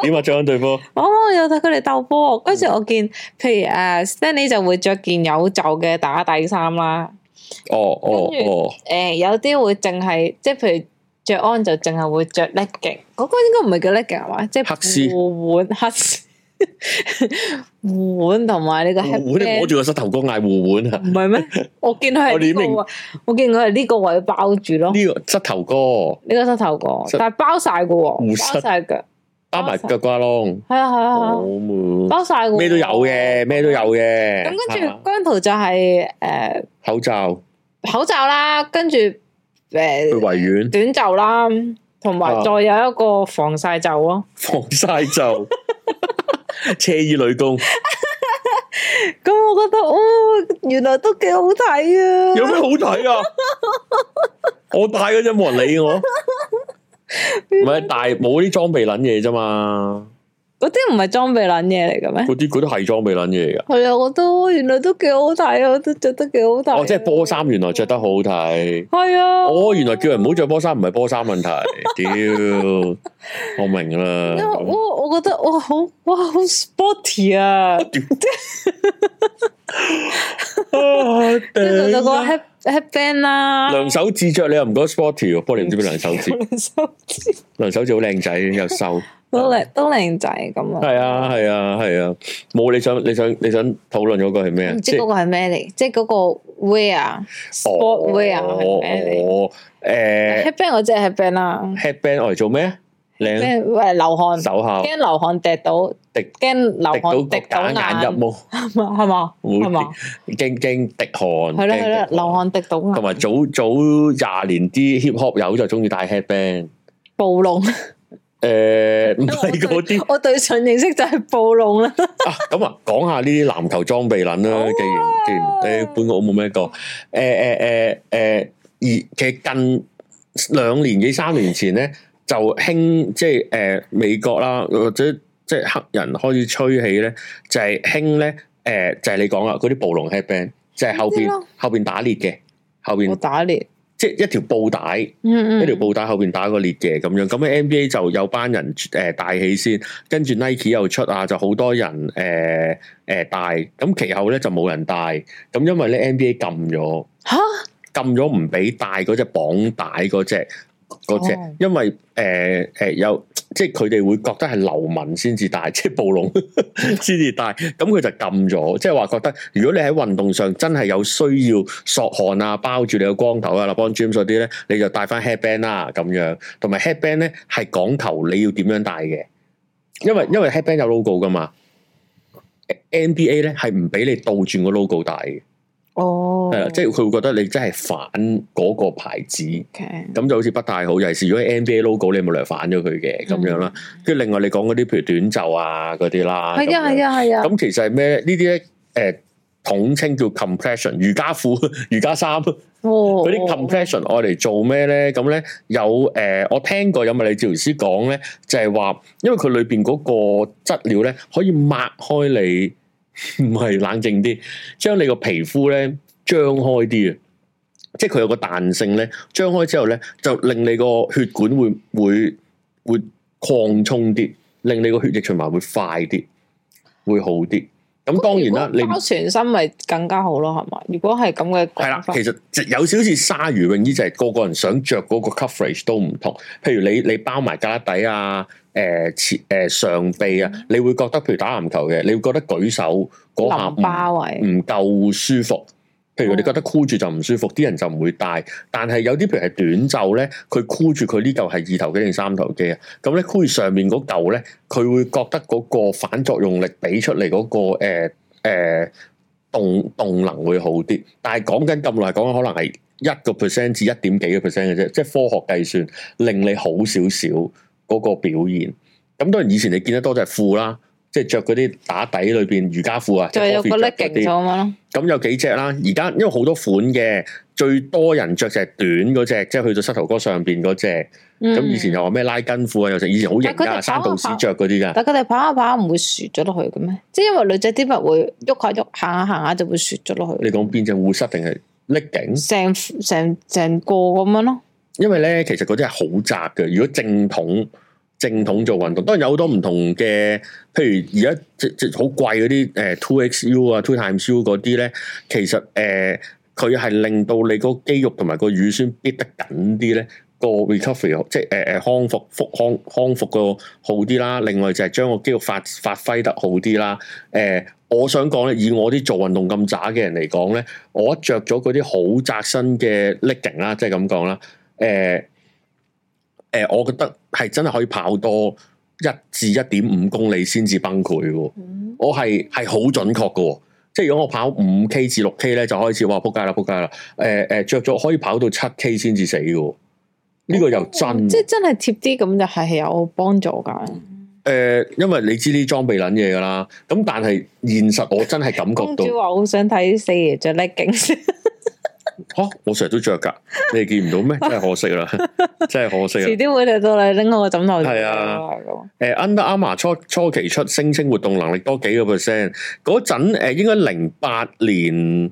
[SPEAKER 2] 點啊張恩對波，
[SPEAKER 1] 我啱啱有睇佢哋鬥波，跟住我見，譬如誒、Stanley 就會着件有袖嘅打底衫啦。
[SPEAKER 2] 哦哦
[SPEAKER 1] 跟住
[SPEAKER 2] 哦，
[SPEAKER 1] 誒、有啲會淨係即係譬如着安就淨係會着 legging，嗰個應該唔係叫 legging 係嘛？即係
[SPEAKER 2] 黑絲
[SPEAKER 1] 護腕黑絲， 護腕同埋呢個 headband
[SPEAKER 2] 護腕，你摸住個膝頭哥嗌護腕啊！
[SPEAKER 1] 唔係咩？我見佢
[SPEAKER 2] 我
[SPEAKER 1] 係呢
[SPEAKER 2] 點
[SPEAKER 1] 個
[SPEAKER 2] 明
[SPEAKER 1] 位，我見佢係呢個位包住咯，
[SPEAKER 2] 呢個膝頭哥
[SPEAKER 1] 呢個膝頭哥，
[SPEAKER 2] 膝
[SPEAKER 1] 但係包晒噶喎，
[SPEAKER 2] 護膝
[SPEAKER 1] 包晒腳，
[SPEAKER 2] 包埋腳瓜窿，
[SPEAKER 1] 係啊係啊係啊，
[SPEAKER 2] 好嘛
[SPEAKER 1] 包晒噶，
[SPEAKER 2] 咩都有。嘅，咩都有嘅。
[SPEAKER 1] 咁跟
[SPEAKER 2] 啊
[SPEAKER 1] 住姜濤就係誒
[SPEAKER 2] 口罩
[SPEAKER 1] 口罩啦，跟住
[SPEAKER 2] 去
[SPEAKER 1] 誒
[SPEAKER 2] 維園
[SPEAKER 1] 短袖啦，同埋
[SPEAKER 2] 啊
[SPEAKER 1] 再有一個防曬袖咯。
[SPEAKER 2] 防晒袖， 車衣女工
[SPEAKER 1] 咁我覺得哦，原來都幾好睇
[SPEAKER 2] 有
[SPEAKER 1] 啊！
[SPEAKER 2] 咩好睇啊？我戴嗰陣冇人理我，唔係戴冇啲裝備撚嘢啫嘛，
[SPEAKER 1] 嗰啲唔係裝備撚嘢嚟嘅咩？
[SPEAKER 2] 嗰啲嗰啲係裝備撚嘢嚟噶。
[SPEAKER 1] 係啊，我都原來都幾好睇啊，我都着得幾好睇啊。
[SPEAKER 2] 哦，即係波衫原來着得好好睇。
[SPEAKER 1] 係啊。
[SPEAKER 2] 哦，原來叫人唔好着波衫唔係波衫問題，屌，我明啦
[SPEAKER 1] 因為。哦我我覺得哇好哇好 sporty 啊！跟住就個
[SPEAKER 2] 啊頂啦
[SPEAKER 1] head headband 啦，
[SPEAKER 2] 梁手指着你又唔覺得 sporty 喎，不過你唔知咩梁手指，
[SPEAKER 1] 兩手指
[SPEAKER 2] 梁手指好靚仔又瘦。
[SPEAKER 1] 都靚都靚仔咁啊！
[SPEAKER 2] 係啊，係啊，係啊，冇你想你想你想討論嗰個係咩啊？
[SPEAKER 1] 唔知嗰個係咩嚟？即係嗰個 wear
[SPEAKER 2] 哦
[SPEAKER 1] sport wear 係咩
[SPEAKER 2] 哦，啊
[SPEAKER 1] 嚟
[SPEAKER 2] 誒
[SPEAKER 1] ？headband 我即係 headband 啦，
[SPEAKER 2] headband 我嚟做咩？
[SPEAKER 1] 即
[SPEAKER 2] 靚
[SPEAKER 1] 係誒流汗，
[SPEAKER 2] 手下
[SPEAKER 1] 驚流汗滴到，
[SPEAKER 2] 哦滴
[SPEAKER 1] 驚流
[SPEAKER 2] 滴到
[SPEAKER 1] 汗
[SPEAKER 2] 個
[SPEAKER 1] 滴到
[SPEAKER 2] 假眼入毛，
[SPEAKER 1] 係嘛
[SPEAKER 2] 會
[SPEAKER 1] 係嘛？
[SPEAKER 2] 驚驚滴汗，
[SPEAKER 1] 係咯
[SPEAKER 2] 驚
[SPEAKER 1] 係
[SPEAKER 2] 滴
[SPEAKER 1] 咯
[SPEAKER 2] 汗，
[SPEAKER 1] 流汗滴到
[SPEAKER 2] 同
[SPEAKER 1] 眼，
[SPEAKER 2] 埋早早廿年啲 hip hop 友就中意戴 headband，
[SPEAKER 1] 暴龍。
[SPEAKER 2] 誒唔係嗰啲
[SPEAKER 1] 我對上認識就係暴龍啦。
[SPEAKER 2] 啊，咁啊，講下呢啲籃球裝備撚
[SPEAKER 1] 啊
[SPEAKER 2] 啦。既然既然誒、本澳冇咩講，誒誒誒誒，而其實近兩年幾三年前咧，就興即係誒、呃美國啦，或者即係黑人開始吹起咧，就係興咧誒，就係、你講啦，嗰啲暴龍 headband，就 係後
[SPEAKER 1] 知
[SPEAKER 2] 邊
[SPEAKER 1] 咯
[SPEAKER 2] 後邊打裂嘅，後邊
[SPEAKER 1] 我打獵，
[SPEAKER 2] 即係一條布帶。
[SPEAKER 1] 嗯嗯，
[SPEAKER 2] 一條布帶後邊打個裂嘅咁樣，咁喺 NBA 就有班人誒、呃、帶起先，跟住 Nike 又出啊，就好多人誒誒、呃帶，咁其後咧就冇人帶，咁因為咧 NBA 禁咗，
[SPEAKER 1] 吓
[SPEAKER 2] 禁咗唔俾帶嗰隻綁帶嗰隻嗰隻
[SPEAKER 1] 哦，
[SPEAKER 2] 因為誒誒、呃呃有即係佢哋會覺得係流民先至帶，即係暴龍先至帶，咁佢就禁咗，即係話覺得如果你喺運動上真係有需要索汗啊、包住你個光頭啊、立邦 James 嗰啲咧，你就帶翻 headband 啦咁樣，同埋 headband 咧係講求你要點樣帶嘅，因為因為 headband 有 logo 噶嘛，NBA 咧係唔俾你倒轉個 logo 帶嘅。
[SPEAKER 1] 哦，
[SPEAKER 2] 係啦，即係佢會覺得你真係反嗰個牌子，
[SPEAKER 1] 係
[SPEAKER 2] 咁就好似不太好。尤其是如果 NBA logo，你冇理由反咗佢
[SPEAKER 1] 嗯
[SPEAKER 2] 嘅咁樣啦。跟住另外你講嗰啲譬如短袖啊嗰啲啦，
[SPEAKER 1] 係啊
[SPEAKER 2] 咁樣
[SPEAKER 1] 係啊係啊，
[SPEAKER 2] 咁其實係咩咧？呢啲咧誒統稱叫 compression 瑜伽褲、 瑜伽衫嗰
[SPEAKER 1] 嗰
[SPEAKER 2] 啲 compression 我嚟做咩咧？咁咧有誒、呃我聽過有物理治療師講咧，就係、話因為佢裏邊嗰個質料咧可以抹開你，唔係冷靜啲，將你個皮膚咧張開啲啊！即係佢有個彈性咧，張開之後咧，就令你個血管會會會擴充啲，令你個血液循環會快啲，會好啲。咁當然啦，你
[SPEAKER 1] 包全身咪更加好咯，係嘛？如果係咁嘅講法，
[SPEAKER 2] 係啦，其實就有少少似鯊魚泳衣，就係個個人想着嗰個 coverage 都唔同。譬如你你包埋加底啊，誒前誒上臂啊，
[SPEAKER 1] 嗯
[SPEAKER 2] 你會覺得譬如打籃球嘅，你會覺得舉手嗰下
[SPEAKER 1] 淋
[SPEAKER 2] 唔
[SPEAKER 1] 巴位，
[SPEAKER 2] 唔夠舒服。譬如你
[SPEAKER 1] 哦
[SPEAKER 2] 覺得箍住就唔舒服，啲人就唔會戴。但係有啲譬如係短袖咧，佢箍住佢呢嚿係二頭肌定三頭肌啊。咁咧箍住上面嗰嚿咧，佢會覺得嗰個反作用力俾出嚟嗰、個誒誒、呃動動能會好啲。但係講緊咁耐，講緊可能係一個 percent 至一點幾個 percent 嘅啫，即係科學計算令你好少少嗰個表現。咁當然以前你見得多就係褲啦，即係着嗰啲打底裏邊瑜伽褲啊，
[SPEAKER 1] 就有
[SPEAKER 2] 即
[SPEAKER 1] 個
[SPEAKER 2] 係 coffee 着嗰
[SPEAKER 1] legging
[SPEAKER 2] 啲
[SPEAKER 1] 咗咁樣咯。
[SPEAKER 2] 咁有幾隻啦，而家因為好多款嘅，最多人着就係短嗰隻，即係去到膝頭哥上邊嗰隻。咁、
[SPEAKER 1] 咁
[SPEAKER 2] 以前又話咩拉筋褲啊，又成以前好型
[SPEAKER 1] 嗯但佢
[SPEAKER 2] 噶，
[SPEAKER 1] 哋
[SPEAKER 2] 山道士着嗰啲噶。
[SPEAKER 1] 但佢哋跑下跑下唔會豎咗落去嘅咩？即係因為女仔啲襪會喐下喐，行下行下就會豎咗落去，
[SPEAKER 2] 你講邊隻護膝定係 legging？
[SPEAKER 1] 成成成個咁樣咯。
[SPEAKER 2] 因為咧，其實嗰啲係好窄嘅。如果正統正統做運動，當然有好多唔同嘅，譬如而家即即好貴嗰啲誒 two XU 啊、two times U 嗰啲咧，其實誒佢係令到你個肌肉同埋個乳酸逼得緊啲咧，個 recovery 即係誒誒康復復康康復個好啲啦，另外就係將個肌肉發發揮得好啲啦。誒、我想講咧，以我啲做運動咁渣嘅人嚟講咧，我一着咗嗰啲好窄身嘅 legging 啦，即係咁講啦，誒、誒、呃我覺得係真係可以跑多一至一點五公里先至崩潰喎。
[SPEAKER 1] 嗯
[SPEAKER 2] 我係係好準確嘅喎，即係如果我跑五 K 至六 K 咧，就開始哇撲街啦撲街啦，誒誒着咗可以跑到七 K 先至死嘅喎，呢、個又真
[SPEAKER 1] 哦即
[SPEAKER 2] 喎
[SPEAKER 1] 係真係貼啲咁就係有幫助噶。
[SPEAKER 2] 誒、呃因為你知呢啲裝備撚嘢㗎啦，咁但係現實我真係感覺
[SPEAKER 1] 公
[SPEAKER 2] 到
[SPEAKER 1] 主話好想睇四爺着 leggings，
[SPEAKER 2] 嚇、我成日都着㗎，你哋見唔到咩？真係可惜 啦，真係可惜啦
[SPEAKER 1] 遲。啲會嚟到你拎我個枕頭。
[SPEAKER 2] 係啊，誒 Under Armour 初初期出聲稱活動能力多幾個 percent，嗰陣誒應該零八年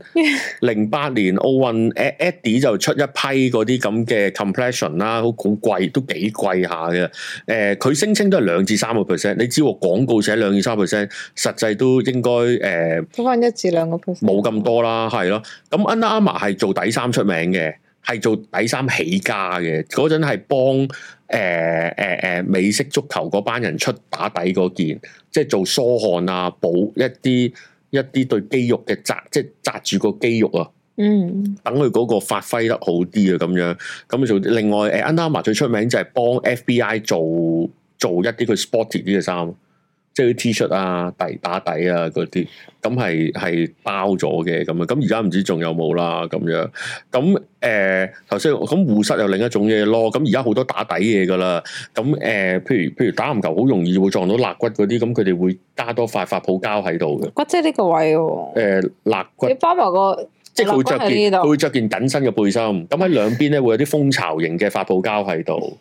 [SPEAKER 2] 零八年奧運誒 Eddie 就出一批嗰啲咁嘅 compression 啦，好好貴，都幾貴下嘅。誒、呃佢聲稱都係兩至三個 percent，你知喎廣告寫兩至三 percent，實際都呃應該誒。
[SPEAKER 1] 咁翻一至兩個 percent。
[SPEAKER 2] 冇咁多啦，係咯。咁 Under Armour 係做底衫出名嘅，係做底衫起家嘅。嗰陣係幫誒誒誒美式足球嗰班人出打底嗰件，即係做疏汗啊，補一啲一啲對肌肉嘅扎，即係扎住個肌肉啊。
[SPEAKER 1] 嗯，
[SPEAKER 2] 等佢嗰個發揮得好啲啊，咁樣咁做。另外誒 Under Armour 最出名就係幫 FBI 做做一啲佢 sporty 啲嘅衫，即係啲 T 恤啊、底打底啊嗰啲，咁係係包咗嘅咁樣。咁而家唔知仲有冇啦咁樣。咁誒頭先咁護膝又另一種嘢咯。咁而家好多打底嘢㗎啦。咁誒、呃譬如譬如打籃球好容易會撞到肋骨嗰啲，咁佢哋會加多塊發泡膠喺度嘅。
[SPEAKER 1] 骨即係呢個位喎。
[SPEAKER 2] 誒、肋骨
[SPEAKER 1] 你。包埋個
[SPEAKER 2] 即係佢會着
[SPEAKER 1] 喺
[SPEAKER 2] 件，
[SPEAKER 1] 呢
[SPEAKER 2] 佢
[SPEAKER 1] 度，
[SPEAKER 2] 會着件緊身嘅背心，咁喺兩邊咧會有啲蜂巢型嘅發泡膠喺度。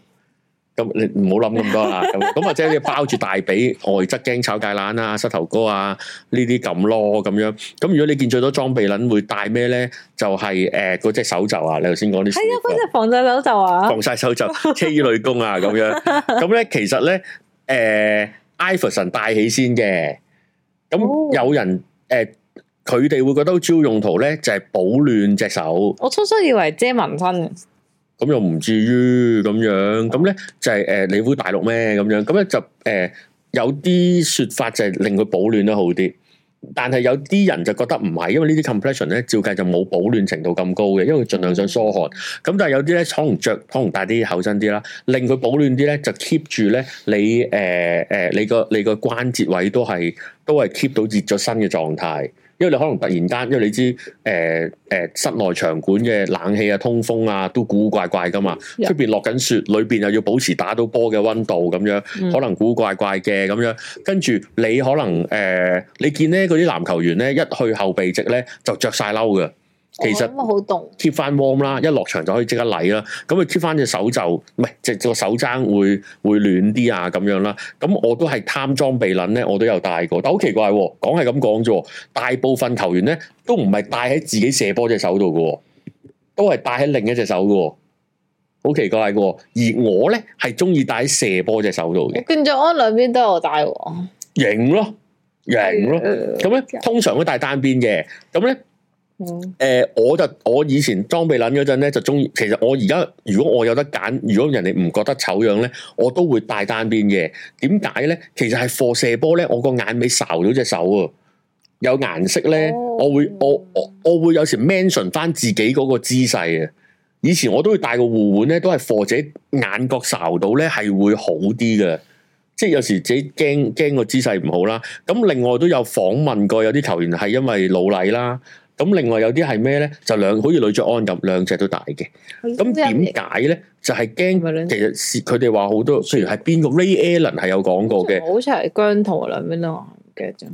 [SPEAKER 2] 咁你唔好諗咁多啦，咁咁或者你包住大髀外側驚炒芥蘭啊、膝頭哥啊呢啲咁咯，咁樣。咁如果你見最多裝備撚會帶咩咧？就係誒嗰隻手袖啊，你頭先講啲
[SPEAKER 1] 係啊，嗰隻防曬手就啊話
[SPEAKER 2] 防晒手袖、車衣女工啊咁樣。咁咧其實咧，誒、Iverson 帶起先嘅。
[SPEAKER 1] 哦
[SPEAKER 2] 咁有人誒，佢、哋會覺得主要用途咧就係、保暖隻手，
[SPEAKER 1] 我初初以為遮紋身，
[SPEAKER 2] 咁又唔至於咁樣。咁咧就係、誒、你會大陸咩咁樣？咁咧就誒、呃有啲説法就係令佢保暖得好啲。但係有啲人就覺得唔係，因為呢啲 compression 咧，照計就冇保暖程度咁高嘅，因為佢盡量想疏汗。咁但係有啲咧，可能着，可能戴啲厚身啲啦，令佢保暖啲咧，就 keep 住咧你誒誒、呃呃你個你個關節位都係都係 keep 到熱咗身嘅狀態。因為你可能突然間，因為你知誒誒、呃呃室內場館嘅冷氣啊、通風啊都古古怪怪噶嘛，
[SPEAKER 1] 嗯 Yeah.
[SPEAKER 2] 出邊落緊雪，裏邊又要保持打到波嘅溫度咁樣，
[SPEAKER 1] 嗯
[SPEAKER 2] 可能古古怪怪嘅咁樣。跟住你可能誒、呃你見咧嗰啲籃球員咧一去後備席咧就着晒褸嘅，其實嗯
[SPEAKER 1] 我諗好凍，
[SPEAKER 2] keep 翻 warm 啦，一落場就可以即刻禮啦。咁佢 keep 翻隻手就唔係，隻個手踭會會暖啲啊咁樣啦。咁我都係貪裝備撚咧，我都有戴過，但好奇怪喎，講係咁講啫喎。大部分球員咧都唔係戴喺自己射波隻手度嘅喎，都係戴喺另一隻手嘅喎，好奇怪嘅喎。而我咧係中意戴喺射波隻手度
[SPEAKER 1] 我
[SPEAKER 2] 嘅，
[SPEAKER 1] 見咗安兩邊都有戴喎，
[SPEAKER 2] 型咯，型咯。
[SPEAKER 1] 咯
[SPEAKER 2] 咁咧通常都戴單邊嘅，咁咧。
[SPEAKER 1] 嗯
[SPEAKER 2] 誒、呃我就我以前裝備撚嗰陣咧，就中意。其實我而家如果我有得揀，如果人哋唔覺得醜樣咧，我都會戴單邊嘅。點解咧？其實係射射波咧，我個眼尾睄到隻手啊，有顏色咧，
[SPEAKER 1] 哦
[SPEAKER 2] 我會我我我會有時 mention 翻自己嗰個姿勢啊。以前我都會戴個護腕咧，都係射自己眼角睄到咧，係會好啲嘅。即係有時自己驚驚個姿勢唔好啦。咁另外都有訪問過有啲球員係因為老禮啦。咁另外有啲係咩咧？就兩好似呂爵安咁，兩隻都大嘅。咁點解咧？就係
[SPEAKER 1] 係咪
[SPEAKER 2] 驚
[SPEAKER 1] 兩
[SPEAKER 2] 其實是佢哋話好多，譬如係邊個 Ray Allen 係有講過嘅。
[SPEAKER 1] 好似係姜濤啊兩邊都唔記得咗，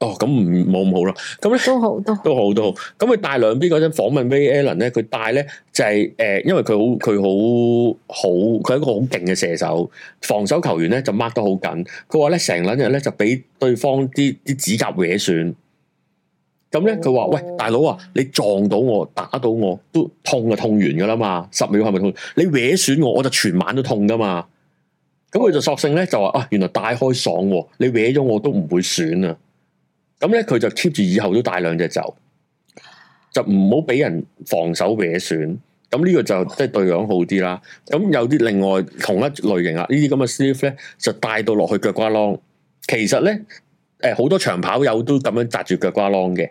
[SPEAKER 2] 哦，咁唔冇咁好啦。咁咧
[SPEAKER 1] 都好都好
[SPEAKER 2] 都好都好。咁佢戴兩邊嗰陣訪問 Ray Allen 咧，佢戴咧就係、誒、因為佢好佢好好，佢係一個好勁嘅射手，防守球員咧就 mark 得好緊。佢話咧成撚日咧就俾對方啲啲指甲搲損。咁咧，佢話：
[SPEAKER 1] 哦
[SPEAKER 2] 喂，大佬啊，你撞到我，打到我，都痛就痛完噶啦嘛，十秒係咪痛？你搲損我，我就全晚都痛噶嘛。咁佢就索性咧就話：啊，原來戴開爽喎，你搲咗我都唔會損啊。咁咧，佢就 keep 住以後都帶兩隻袖，就唔好俾人防守搲損。咁呢個就即係對樣好啲啦。咁有啲另外同一類型啦，啊呢啲咁嘅 sleeve 咧就帶到落去腳瓜啷。其實咧，誒、好多長跑友都咁樣紮住腳瓜啷嘅，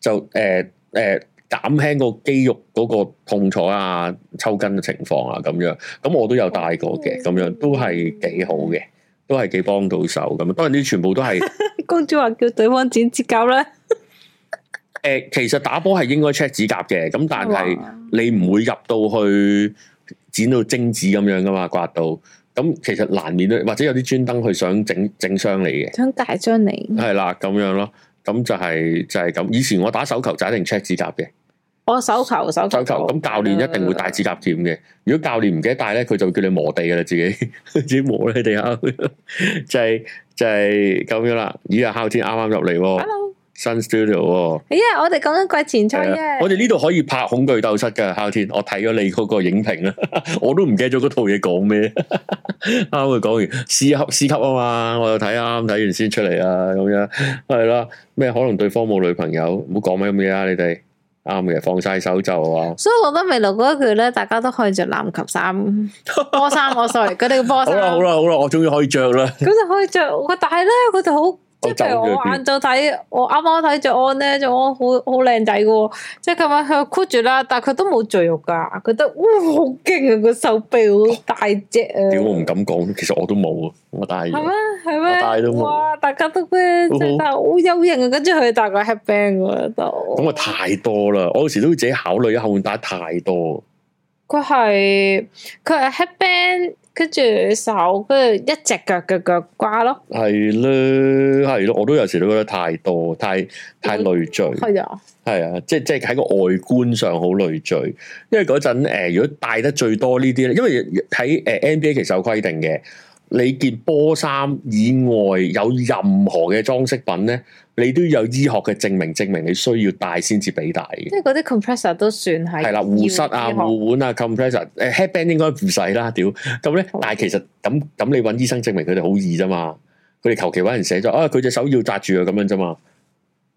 [SPEAKER 2] 就誒誒減輕個肌肉嗰個痛楚啊、抽筋嘅情況啊咁樣。咁我都有戴過嘅，咁樣都係幾好嘅，都係幾幫到手咁。當然呢啲全部都係。
[SPEAKER 1] 公主話叫對方剪指甲啦，
[SPEAKER 2] 誒、其實打波係應該 check 指甲嘅，咁但係
[SPEAKER 1] 哇
[SPEAKER 2] 你唔會入到去剪到精子咁樣噶嘛，刮到，咁其實難免都，或者有啲專登去想整整傷你嘅，
[SPEAKER 1] 想大張你。
[SPEAKER 2] 係啦咁樣咯，咁就係、就係、咁。以前我打手球就一定 check 指甲嘅，
[SPEAKER 1] 我手球手球
[SPEAKER 2] 手球咁教練一定會帶指甲鉗嘅。如果教練唔記得帶咧，佢就會叫你磨地噶啦，自己 自己磨咧地下， 就係、就係、咁樣啦。咦啊，哮天啱啱入嚟喎，
[SPEAKER 1] Hello，
[SPEAKER 2] 新 studio 喎。
[SPEAKER 1] 哎呀，我哋講緊季前賽
[SPEAKER 2] 係啊
[SPEAKER 1] 啫。
[SPEAKER 2] 我哋呢度可以拍恐懼鬥室噶，哮天，我睇咗你嗰個影評啦，啊 我都唔記得咗嗰套嘢講咩， 啱佢講完 C 級 C 級啊嘛，我又睇啱睇完先出嚟啊，咁樣係啦，咩可能對方冇女朋友，唔好講咩咁嘢啊啦，你哋啱嘅，放晒手就啊，
[SPEAKER 1] 所以我覺得未來嗰一句咧，大家都可以着籃球 衫、波衫，我 sorry，佢哋嘅波
[SPEAKER 2] 好
[SPEAKER 1] 衫，
[SPEAKER 2] 啦好啦好啦，我終於可以着啦，
[SPEAKER 1] 咁就可以着。我但係咧，佢哋好，即係譬如
[SPEAKER 2] 走咗
[SPEAKER 1] 我
[SPEAKER 2] 邊
[SPEAKER 1] 晏晝睇，我啱啱睇着安咧，着安好好靚仔嘅喎，即係咁樣佢箍住啦，但係佢都冇赘肉㗎，覺得哇好勁啊，個手臂好大隻啊，
[SPEAKER 2] 屌我唔敢講，其實我都冇啊，我戴
[SPEAKER 1] 係
[SPEAKER 2] 咗
[SPEAKER 1] 咩，？係咩？
[SPEAKER 2] 我戴都冇
[SPEAKER 1] 哇！大家都咩？
[SPEAKER 2] 好好
[SPEAKER 1] 真係好有型啊！跟住佢戴個 headband 喎都。
[SPEAKER 2] 咁啊太多啦，我有時都會自己考慮一下，換帶太多，
[SPEAKER 1] 佢係佢係 headband，跟住手，跟住一隻腳嘅腳瓜咯。
[SPEAKER 2] 係啦係咯，我都有時都覺得太多，太太累贅。
[SPEAKER 1] 係啊，
[SPEAKER 2] 係啊，即係即係喺個外觀上好累贅，因為嗰陣誒，如果戴得最多呢啲咧，因為喺誒、呃 NBA 其實有規定嘅，你件波衫以外有任何嘅裝飾品咧，你都要有醫學嘅證明，證明你需要戴先至俾戴嘅
[SPEAKER 1] 即。係嗰啲 compressor 都算係。
[SPEAKER 2] 係啦，護膝啊、護腕啊、compressor，誒、headband 應該唔使啦，屌咁咧
[SPEAKER 1] 好。
[SPEAKER 2] 但係其實咁咁，你揾醫生證明佢哋好易啫嘛。佢哋求其揾人寫咗啊，佢隻手要紮住啊，咁樣啫嘛。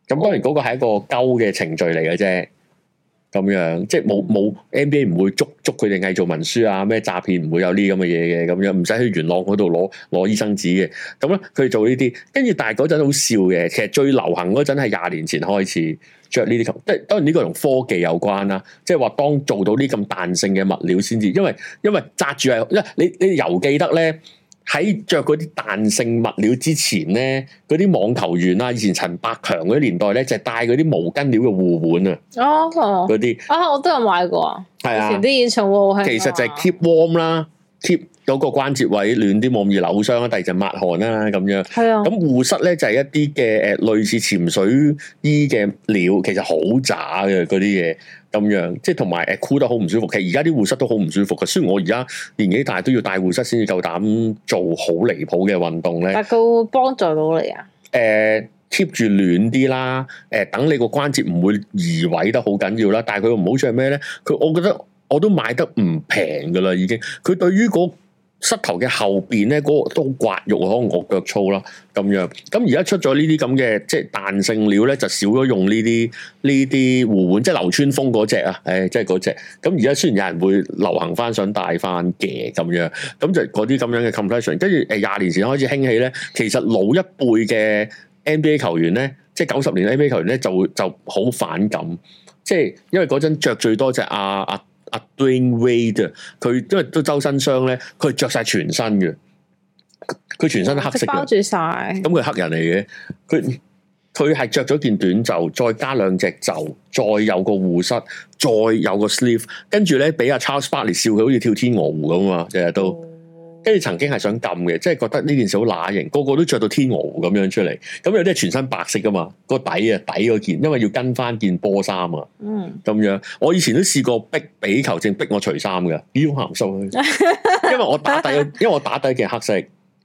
[SPEAKER 2] 咁當然嗰個係一個鳩嘅程序嚟嘅啫。咁樣即係
[SPEAKER 1] 嗯
[SPEAKER 2] 冇冇 NBA 唔會捉捉佢哋偽造文書啊，咩詐騙唔會有呢啲咁嘅嘢嘅，咁樣唔使去元朗嗰度攞攞醫生紙嘅。咁咧佢哋做呢啲，跟住但係嗰陣好笑嘅，其實最流行嗰陣係廿年前開始着呢啲球，即係當然呢個同科技有關啦，即係話當做到呢咁彈性嘅物料先至，因為因為紮住係，因為你你猶記得咧。喺着嗰啲彈性物料之前咧，嗰啲網球員啊，以前陳百強嗰啲年代咧，就係戴嗰啲毛巾料嘅護腕啊，
[SPEAKER 1] 哦哦，
[SPEAKER 2] 嗰啲
[SPEAKER 1] 啊我都有買過啊！
[SPEAKER 2] 係
[SPEAKER 1] 以
[SPEAKER 2] 啊
[SPEAKER 1] 前。啲演唱會好香啊
[SPEAKER 2] 其實就係 keep warm 啦，keep 嗰個關節位暖啲，冇咁易扭傷啦。第二就抹汗啦咁樣。
[SPEAKER 1] 係啊
[SPEAKER 2] 咁，護膝咧就係一啲嘅誒呃類似潛水衣嘅料，其實好渣嘅嗰啲嘢咁樣，即係同埋誒呃箍得好唔舒服。其實而家啲護膝都好唔舒服嘅。雖然我而家年紀大都要戴護膝先至夠膽做好離譜嘅運動咧。
[SPEAKER 1] 但係佢會幫助到你啊！
[SPEAKER 2] 誒 keep 住暖啲啦，誒、等你個關節唔會移位得好緊要啦。但係佢唔好處係咩咧？佢我覺得我都買得唔平噶啦，已經。佢對於嗰膝頭嘅後邊咧，嗰、個都刮肉，可能我腳粗啦咁樣。咁而家出咗呢啲咁嘅即係彈性料咧，就少咗用呢啲呢啲護腕，即係流川楓嗰只啊，誒、即係嗰只。咁而家雖然有人會流行翻想戴翻嘅咁樣，咁就嗰啲咁樣嘅 compression，跟住誒廿年前開始興起咧，其實老一輩嘅 NBA 球員咧，即係九十年嘅 NBA 球員咧，就就好反感，即係因為嗰陣着最多就係阿阿阿 Dwayne Wade 啊佢因為都周身傷咧，佢着晒全身嘅，佢全身都黑色
[SPEAKER 1] 即係包
[SPEAKER 2] 嘅。
[SPEAKER 1] 住晒
[SPEAKER 2] 咁。佢係黑人嚟嘅，佢佢係着咗件短袖，再加兩隻袖，再有個護膝，再有個 sleeve，跟住咧俾阿 Charles Barkley 笑佢好似跳天鵝湖咁啊，日日
[SPEAKER 1] 哦
[SPEAKER 2] 都。跟住曾經係想撳嘅，即係覺得呢件事好乸型，個個都着到天鵝湖咁樣出嚟。咁有啲係全身白色噶嘛，個底啊底嗰件，因為要跟翻件波衫啊
[SPEAKER 1] 嗯，
[SPEAKER 2] 咁樣。我以前都試過逼俾球證逼我除衫嘅，腰鹹濕佢，因為我打底，因為我打底件黑色。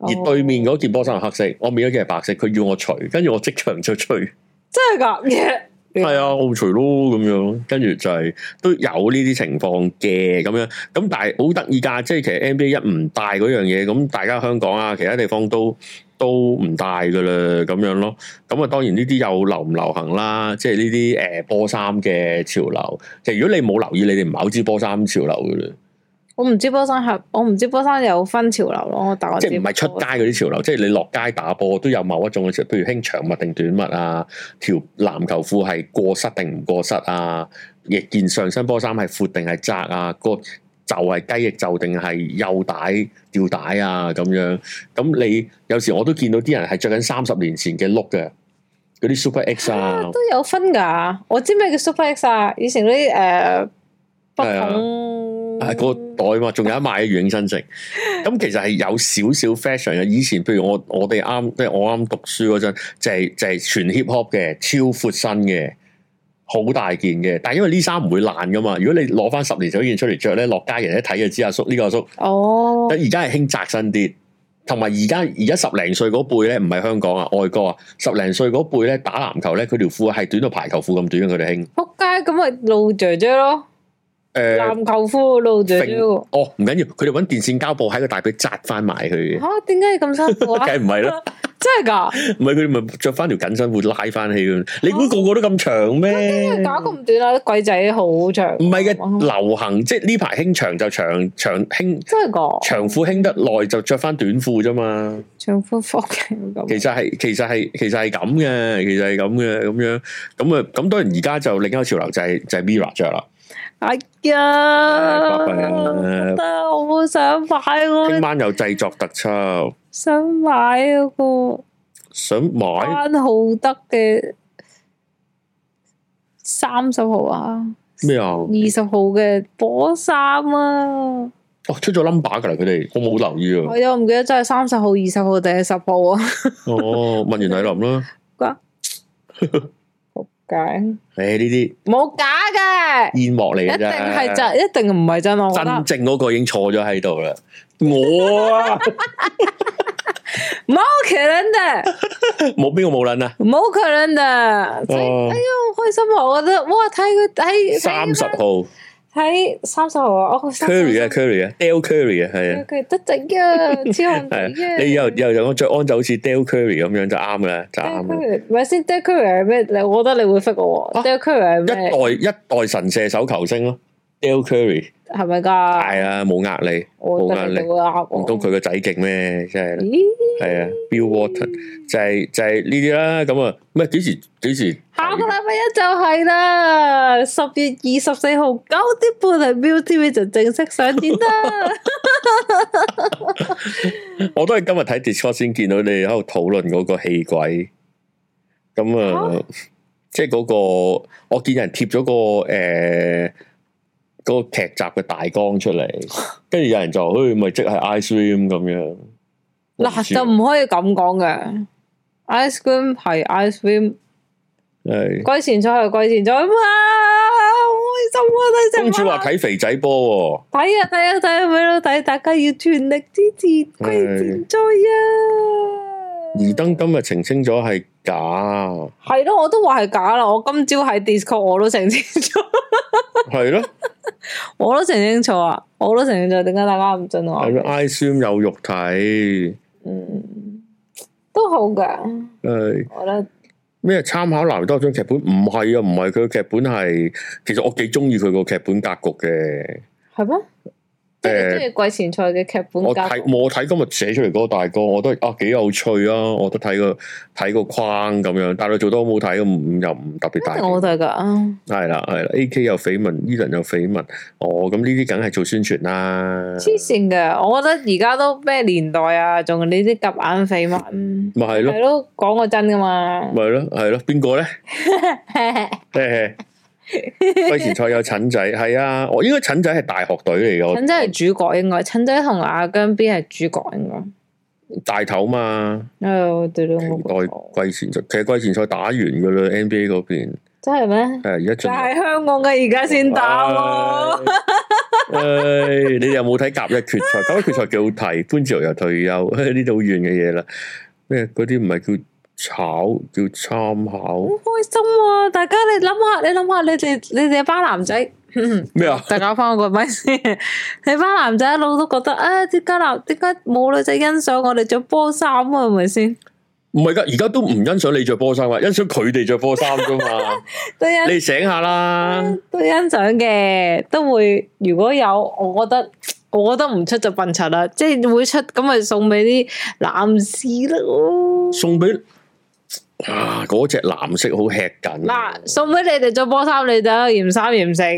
[SPEAKER 2] 而對面
[SPEAKER 1] 哦
[SPEAKER 2] 嗰件波衫係黑色，我面嗰件係白色，佢要我除，跟住我即場就除，係
[SPEAKER 1] 真係㗎，
[SPEAKER 2] 啊，我唔除咯咁樣，跟住就係、都有呢啲情況嘅咁樣，咁但係好得意㗎，即係其實 NBA 一唔帶嗰樣嘢，咁大家香港啊，其他地方都都唔大噶啦，咁樣咯。咁啊，當然呢啲又流唔流行啦，即係呢啲誒波衫嘅潮流。其實如果你冇留意，你哋唔係好知波衫潮流噶啦，
[SPEAKER 1] 我唔知波衫係，我唔知波衫有分潮流咯，但我
[SPEAKER 2] 即
[SPEAKER 1] 知
[SPEAKER 2] 係唔係出街嗰啲潮流，即係你落街打波都有某一種嘅潮，譬如興長襪定短襪啊，條籃球褲係過膝定唔過膝啊，亦件上身波衫係闊定係窄啊，個就係雞翼袖定係幼帶吊帶啊咁樣。咁你有時我都見到啲人係着緊三十年前嘅 look 嘅，嗰啲 Super X 啊
[SPEAKER 1] 都有分噶。我知咩叫 Super X 啊，以前嗰啲誒北
[SPEAKER 2] 係啊
[SPEAKER 1] 孔
[SPEAKER 2] 係個袋嘛，仲有一賣嘅遠新城。咁其實係有少少 fashion 嘅。以前譬如我我哋啱即係我啱讀書嗰陣，就係、就係、全 hip hop 嘅，超闊身嘅，好大件嘅。但係因為呢衫唔會爛噶嘛，如果你攞翻十年前嗰件出嚟着咧，落街人一睇就知阿叔呢、個阿叔。
[SPEAKER 1] 哦，
[SPEAKER 2] 而家係興窄身啲，同埋而家而家十零歲嗰輩咧，唔係香港啊，外國啊，十零歲嗰輩咧打籃球咧，佢條褲係短到排球褲咁短嘅，佢哋興。
[SPEAKER 1] 仆街咁咪露姐姐咯，
[SPEAKER 2] 誒、
[SPEAKER 1] 籃球褲露姐姐喎。
[SPEAKER 2] 哦，唔緊要，佢哋揾電線膠布喺個大髀紮翻埋佢嘅，
[SPEAKER 1] 吓，點解要咁辛苦啊
[SPEAKER 2] 梗？係唔係 啦？
[SPEAKER 1] 真係噶，
[SPEAKER 2] 唔係佢哋咪着翻條緊身褲拉翻起佢。你估個個都咁長咩？
[SPEAKER 1] 搞哦咁短啊！啲鬼仔好長，
[SPEAKER 2] 唔係嘅，
[SPEAKER 1] 哦
[SPEAKER 2] 流行即係呢排興長就長長興
[SPEAKER 1] 真係噶，
[SPEAKER 2] 長褲興得耐就着翻短褲啫嘛。
[SPEAKER 1] 長褲科技咁。
[SPEAKER 2] 其實係其實係其實係咁嘅，其實係咁嘅咁樣咁啊咁當然而家就另一個潮流就係、就係 Mira 着啦。
[SPEAKER 1] 哎呀，
[SPEAKER 2] 拜拜啊
[SPEAKER 1] 我覺得我好想買
[SPEAKER 2] 聽
[SPEAKER 1] 喎，
[SPEAKER 2] 晚有製作特輯，
[SPEAKER 1] 想買嗰個
[SPEAKER 2] 想買
[SPEAKER 1] 班浩德嘅三十號啊，
[SPEAKER 2] 咩啊？
[SPEAKER 1] 二十號嘅波衫啊，
[SPEAKER 2] 哦，出咗 number 㗎啦，佢哋我冇留意啊。
[SPEAKER 1] 我又唔記得真係三十號、二十號定係十號 啊，
[SPEAKER 2] 哦，問完禮林啦。
[SPEAKER 1] 仆街，
[SPEAKER 2] 誒呢啲
[SPEAKER 1] 冇假嘅。
[SPEAKER 2] 煙幕嚟
[SPEAKER 1] 一
[SPEAKER 2] 嘅
[SPEAKER 1] 定
[SPEAKER 2] 啫，
[SPEAKER 1] 係真，一定唔係真，我覺得
[SPEAKER 2] 真正嗰個已經坐咗喺度啦。我啊，
[SPEAKER 1] 冇可能的，
[SPEAKER 2] 冇邊個冇撚啊？
[SPEAKER 1] 冇可能的，真係
[SPEAKER 2] 哦
[SPEAKER 1] 哎呀好開心啊！我覺得哇，睇佢睇
[SPEAKER 2] 三十號
[SPEAKER 1] 睇三十號啊，我
[SPEAKER 2] Curry 啊，Curry 啊，Del Curry 啊，係啊，
[SPEAKER 1] 佢得仔啊，超紅仔
[SPEAKER 2] 係
[SPEAKER 1] 啊！
[SPEAKER 2] 啊。你又又又講着安就好似 Del Curry 咁樣就啱㗎啦，就啱啦。
[SPEAKER 1] 唔係先 d e c o r y 係咩？你我覺得你會 fit 我
[SPEAKER 2] 啊
[SPEAKER 1] 喎 d e c o r y
[SPEAKER 2] 一
[SPEAKER 1] 係咩？
[SPEAKER 2] 代一代神射手球星咯，Del Curry
[SPEAKER 1] 係咪㗎？
[SPEAKER 2] 係啊，冇呃你，
[SPEAKER 1] 我覺
[SPEAKER 2] 冇壓
[SPEAKER 1] 得
[SPEAKER 2] 力
[SPEAKER 1] 你會啱
[SPEAKER 2] 唔通
[SPEAKER 1] 我。
[SPEAKER 2] 佢個仔勁咩？真係
[SPEAKER 1] 咦？
[SPEAKER 2] 係啊，Bill Walton 就係就係呢啲啦。咁啊，咩幾時幾時？
[SPEAKER 1] 下個禮拜一就係啦，十月二十四號九點半喺 ViuTV 就正式上演啦。
[SPEAKER 2] 我都係今日睇 Discord 先見到你哋喺度討論嗰個氣鬼，咁啊，即係嗰個我見人貼咗個誒嗰個劇集嘅大綱出嚟，跟住有人就話，誒咪即係 Ice Cream 咁樣。我唔
[SPEAKER 1] 嗱，
[SPEAKER 2] 知
[SPEAKER 1] 就唔可以咁講嘅。ice cream 係 ice cream，
[SPEAKER 2] 係
[SPEAKER 1] 季前賽係季前賽，哇！好開心啊！睇成
[SPEAKER 2] 公主話
[SPEAKER 1] 晚
[SPEAKER 2] 睇肥仔波
[SPEAKER 1] 睇啊睇啊睇啊，俾老睇，大家要全力支持季前賽
[SPEAKER 2] 喎，
[SPEAKER 1] 啊！
[SPEAKER 2] 而登今日澄清咗係假。
[SPEAKER 1] 係咯，我都話係假啦。我今朝喺 Discord 我都澄清楚，
[SPEAKER 2] 係咯，
[SPEAKER 1] 我都澄清楚啊，我都澄清楚。點解大家唔信我
[SPEAKER 2] 係？咯，I s u m 有肉睇，
[SPEAKER 1] 嗯，都好噶，
[SPEAKER 2] 係
[SPEAKER 1] 我覺得
[SPEAKER 2] 咩參考南多張劇本？唔係啊，唔係佢嘅劇本係，其實我幾中意佢個劇本格局嘅。
[SPEAKER 1] 係咩？即係你中意季前賽嘅劇本
[SPEAKER 2] 我
[SPEAKER 1] 架
[SPEAKER 2] 睇我睇今日寫出嚟嗰個大綱，我都係啊幾有趣啊！我都睇個睇個框咁樣，但係佢做得好唔好睇，唔又唔特別大
[SPEAKER 1] 一定。我都係噶。
[SPEAKER 2] 係啦係啦，A K 有緋聞，Edan 有緋聞，哦咁呢啲梗係做宣傳啦。
[SPEAKER 1] 黐線嘅，我覺得而家都咩年代啊，仲呢啲夾硬緋聞，
[SPEAKER 2] 咪係咯
[SPEAKER 1] 係咯，講個真噶 嘛。
[SPEAKER 2] 咪係咯係咯，邊個咧？ 誒，季前賽有陳仔，係啊，我應該陳仔係大學隊嚟嘅，我
[SPEAKER 1] 陳仔係主角應該，陳仔同阿姜 B 係主角應該。
[SPEAKER 2] 大頭嘛，
[SPEAKER 1] 哎呦，對對，
[SPEAKER 2] 期
[SPEAKER 1] 我
[SPEAKER 2] 待季前賽，其實季前賽打完噶啦，NBA 嗰邊，
[SPEAKER 1] 真係咩？
[SPEAKER 2] 係而家
[SPEAKER 1] 就
[SPEAKER 2] 進入
[SPEAKER 1] 係香港嘅而家先打喎，
[SPEAKER 2] 唉唉你哋有冇睇甲一 決賽？甲一決賽幾好睇，潘志豪又退休，呢度好遠嘅嘢啦。咩嗰啲唔係叫炒，叫參考
[SPEAKER 1] 嗯好。開心啊！大家你諗下，你諗下，你哋你哋一班男仔
[SPEAKER 2] 咩啊？
[SPEAKER 1] 大家翻個咪先， 你班男仔一路都覺得啊，點解男點解冇女仔欣賞我哋着波衫啊？係咪先？
[SPEAKER 2] 唔係噶，而家都唔欣賞你着波衫啊，欣賞佢哋着波衫 啫嘛。
[SPEAKER 1] 都欣
[SPEAKER 2] 你醒下啦，
[SPEAKER 1] 都欣賞嘅，都會如果有，我覺得我覺得唔出就笨柒啦，即係會出咁咪送俾啲男士咯。
[SPEAKER 2] 送俾啊嗰隻藍色好吃緊。啊
[SPEAKER 1] 嗱，送俾你哋着波衫，你哋嫌三嫌四，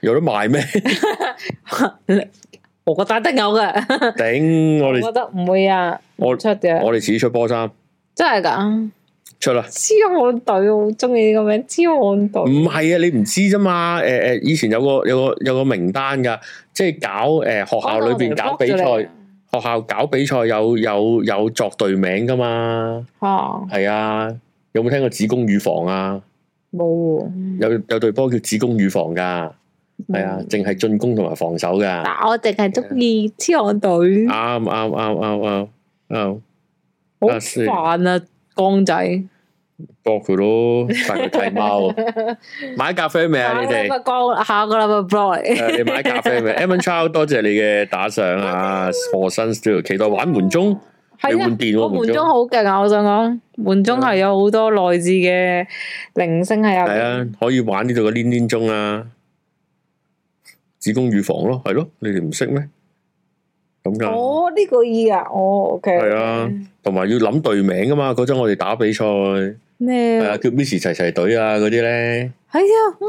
[SPEAKER 2] 有得賣咩？
[SPEAKER 1] 我覺得一定有嘅，
[SPEAKER 2] 頂！我
[SPEAKER 1] 我
[SPEAKER 2] 哋
[SPEAKER 1] 覺得唔會啊，
[SPEAKER 2] 我
[SPEAKER 1] 唔出嘅，
[SPEAKER 2] 我哋自己出波衫
[SPEAKER 1] 真係㗎。
[SPEAKER 2] 出啦。
[SPEAKER 1] 痴漢隊，我好中意呢個名，痴漢隊。
[SPEAKER 2] 唔係啊，你唔知啫嘛。誒、誒，以前有個有個有個名單㗎，即係搞誒、學校裏邊搞比賽，學校搞比賽有有有作隊名㗎嘛。
[SPEAKER 1] 吓
[SPEAKER 2] 係啊，有冇聽過子宮乳房啊？
[SPEAKER 1] 冇
[SPEAKER 2] 有有隊波叫子宮乳房㗎，係啊
[SPEAKER 1] 嗯，
[SPEAKER 2] 淨係進攻同埋防守㗎。啱
[SPEAKER 1] 但我淨係中意痴漢隊，
[SPEAKER 2] 啱啱啱啱啱，
[SPEAKER 1] 好
[SPEAKER 2] 啊是
[SPEAKER 1] 煩啊，江仔。
[SPEAKER 2] 搏佢咯，大佢睇貓 啊！買咖啡未啊？你哋？
[SPEAKER 1] 江下個禮拜 blog 嚟。
[SPEAKER 2] 誒，你買咖啡未 e m a n Chow，多謝你嘅打賞啊！何新 Studio 期待玩門鐘，你
[SPEAKER 1] 係啊
[SPEAKER 2] 換，電
[SPEAKER 1] 我
[SPEAKER 2] 喎門
[SPEAKER 1] 門中
[SPEAKER 2] 鐘，啊
[SPEAKER 1] 好勁啊！我想講，門中係有好多內置嘅鈴聲喺入
[SPEAKER 2] 係
[SPEAKER 1] 邊。
[SPEAKER 2] 啊，可以玩呢度嘅黏黏鐘啊，子宮預防咯，係咯，你哋唔識咩？咁噶，
[SPEAKER 1] 哦，呢個意啊，哦，OK。
[SPEAKER 2] 啊係啊，同埋要諗隊名噶嘛，嗰陣我哋打比賽，係
[SPEAKER 1] 咩？
[SPEAKER 2] 啊，叫 Miss 齊齊隊啊嗰啲咧，
[SPEAKER 1] 係啊，咁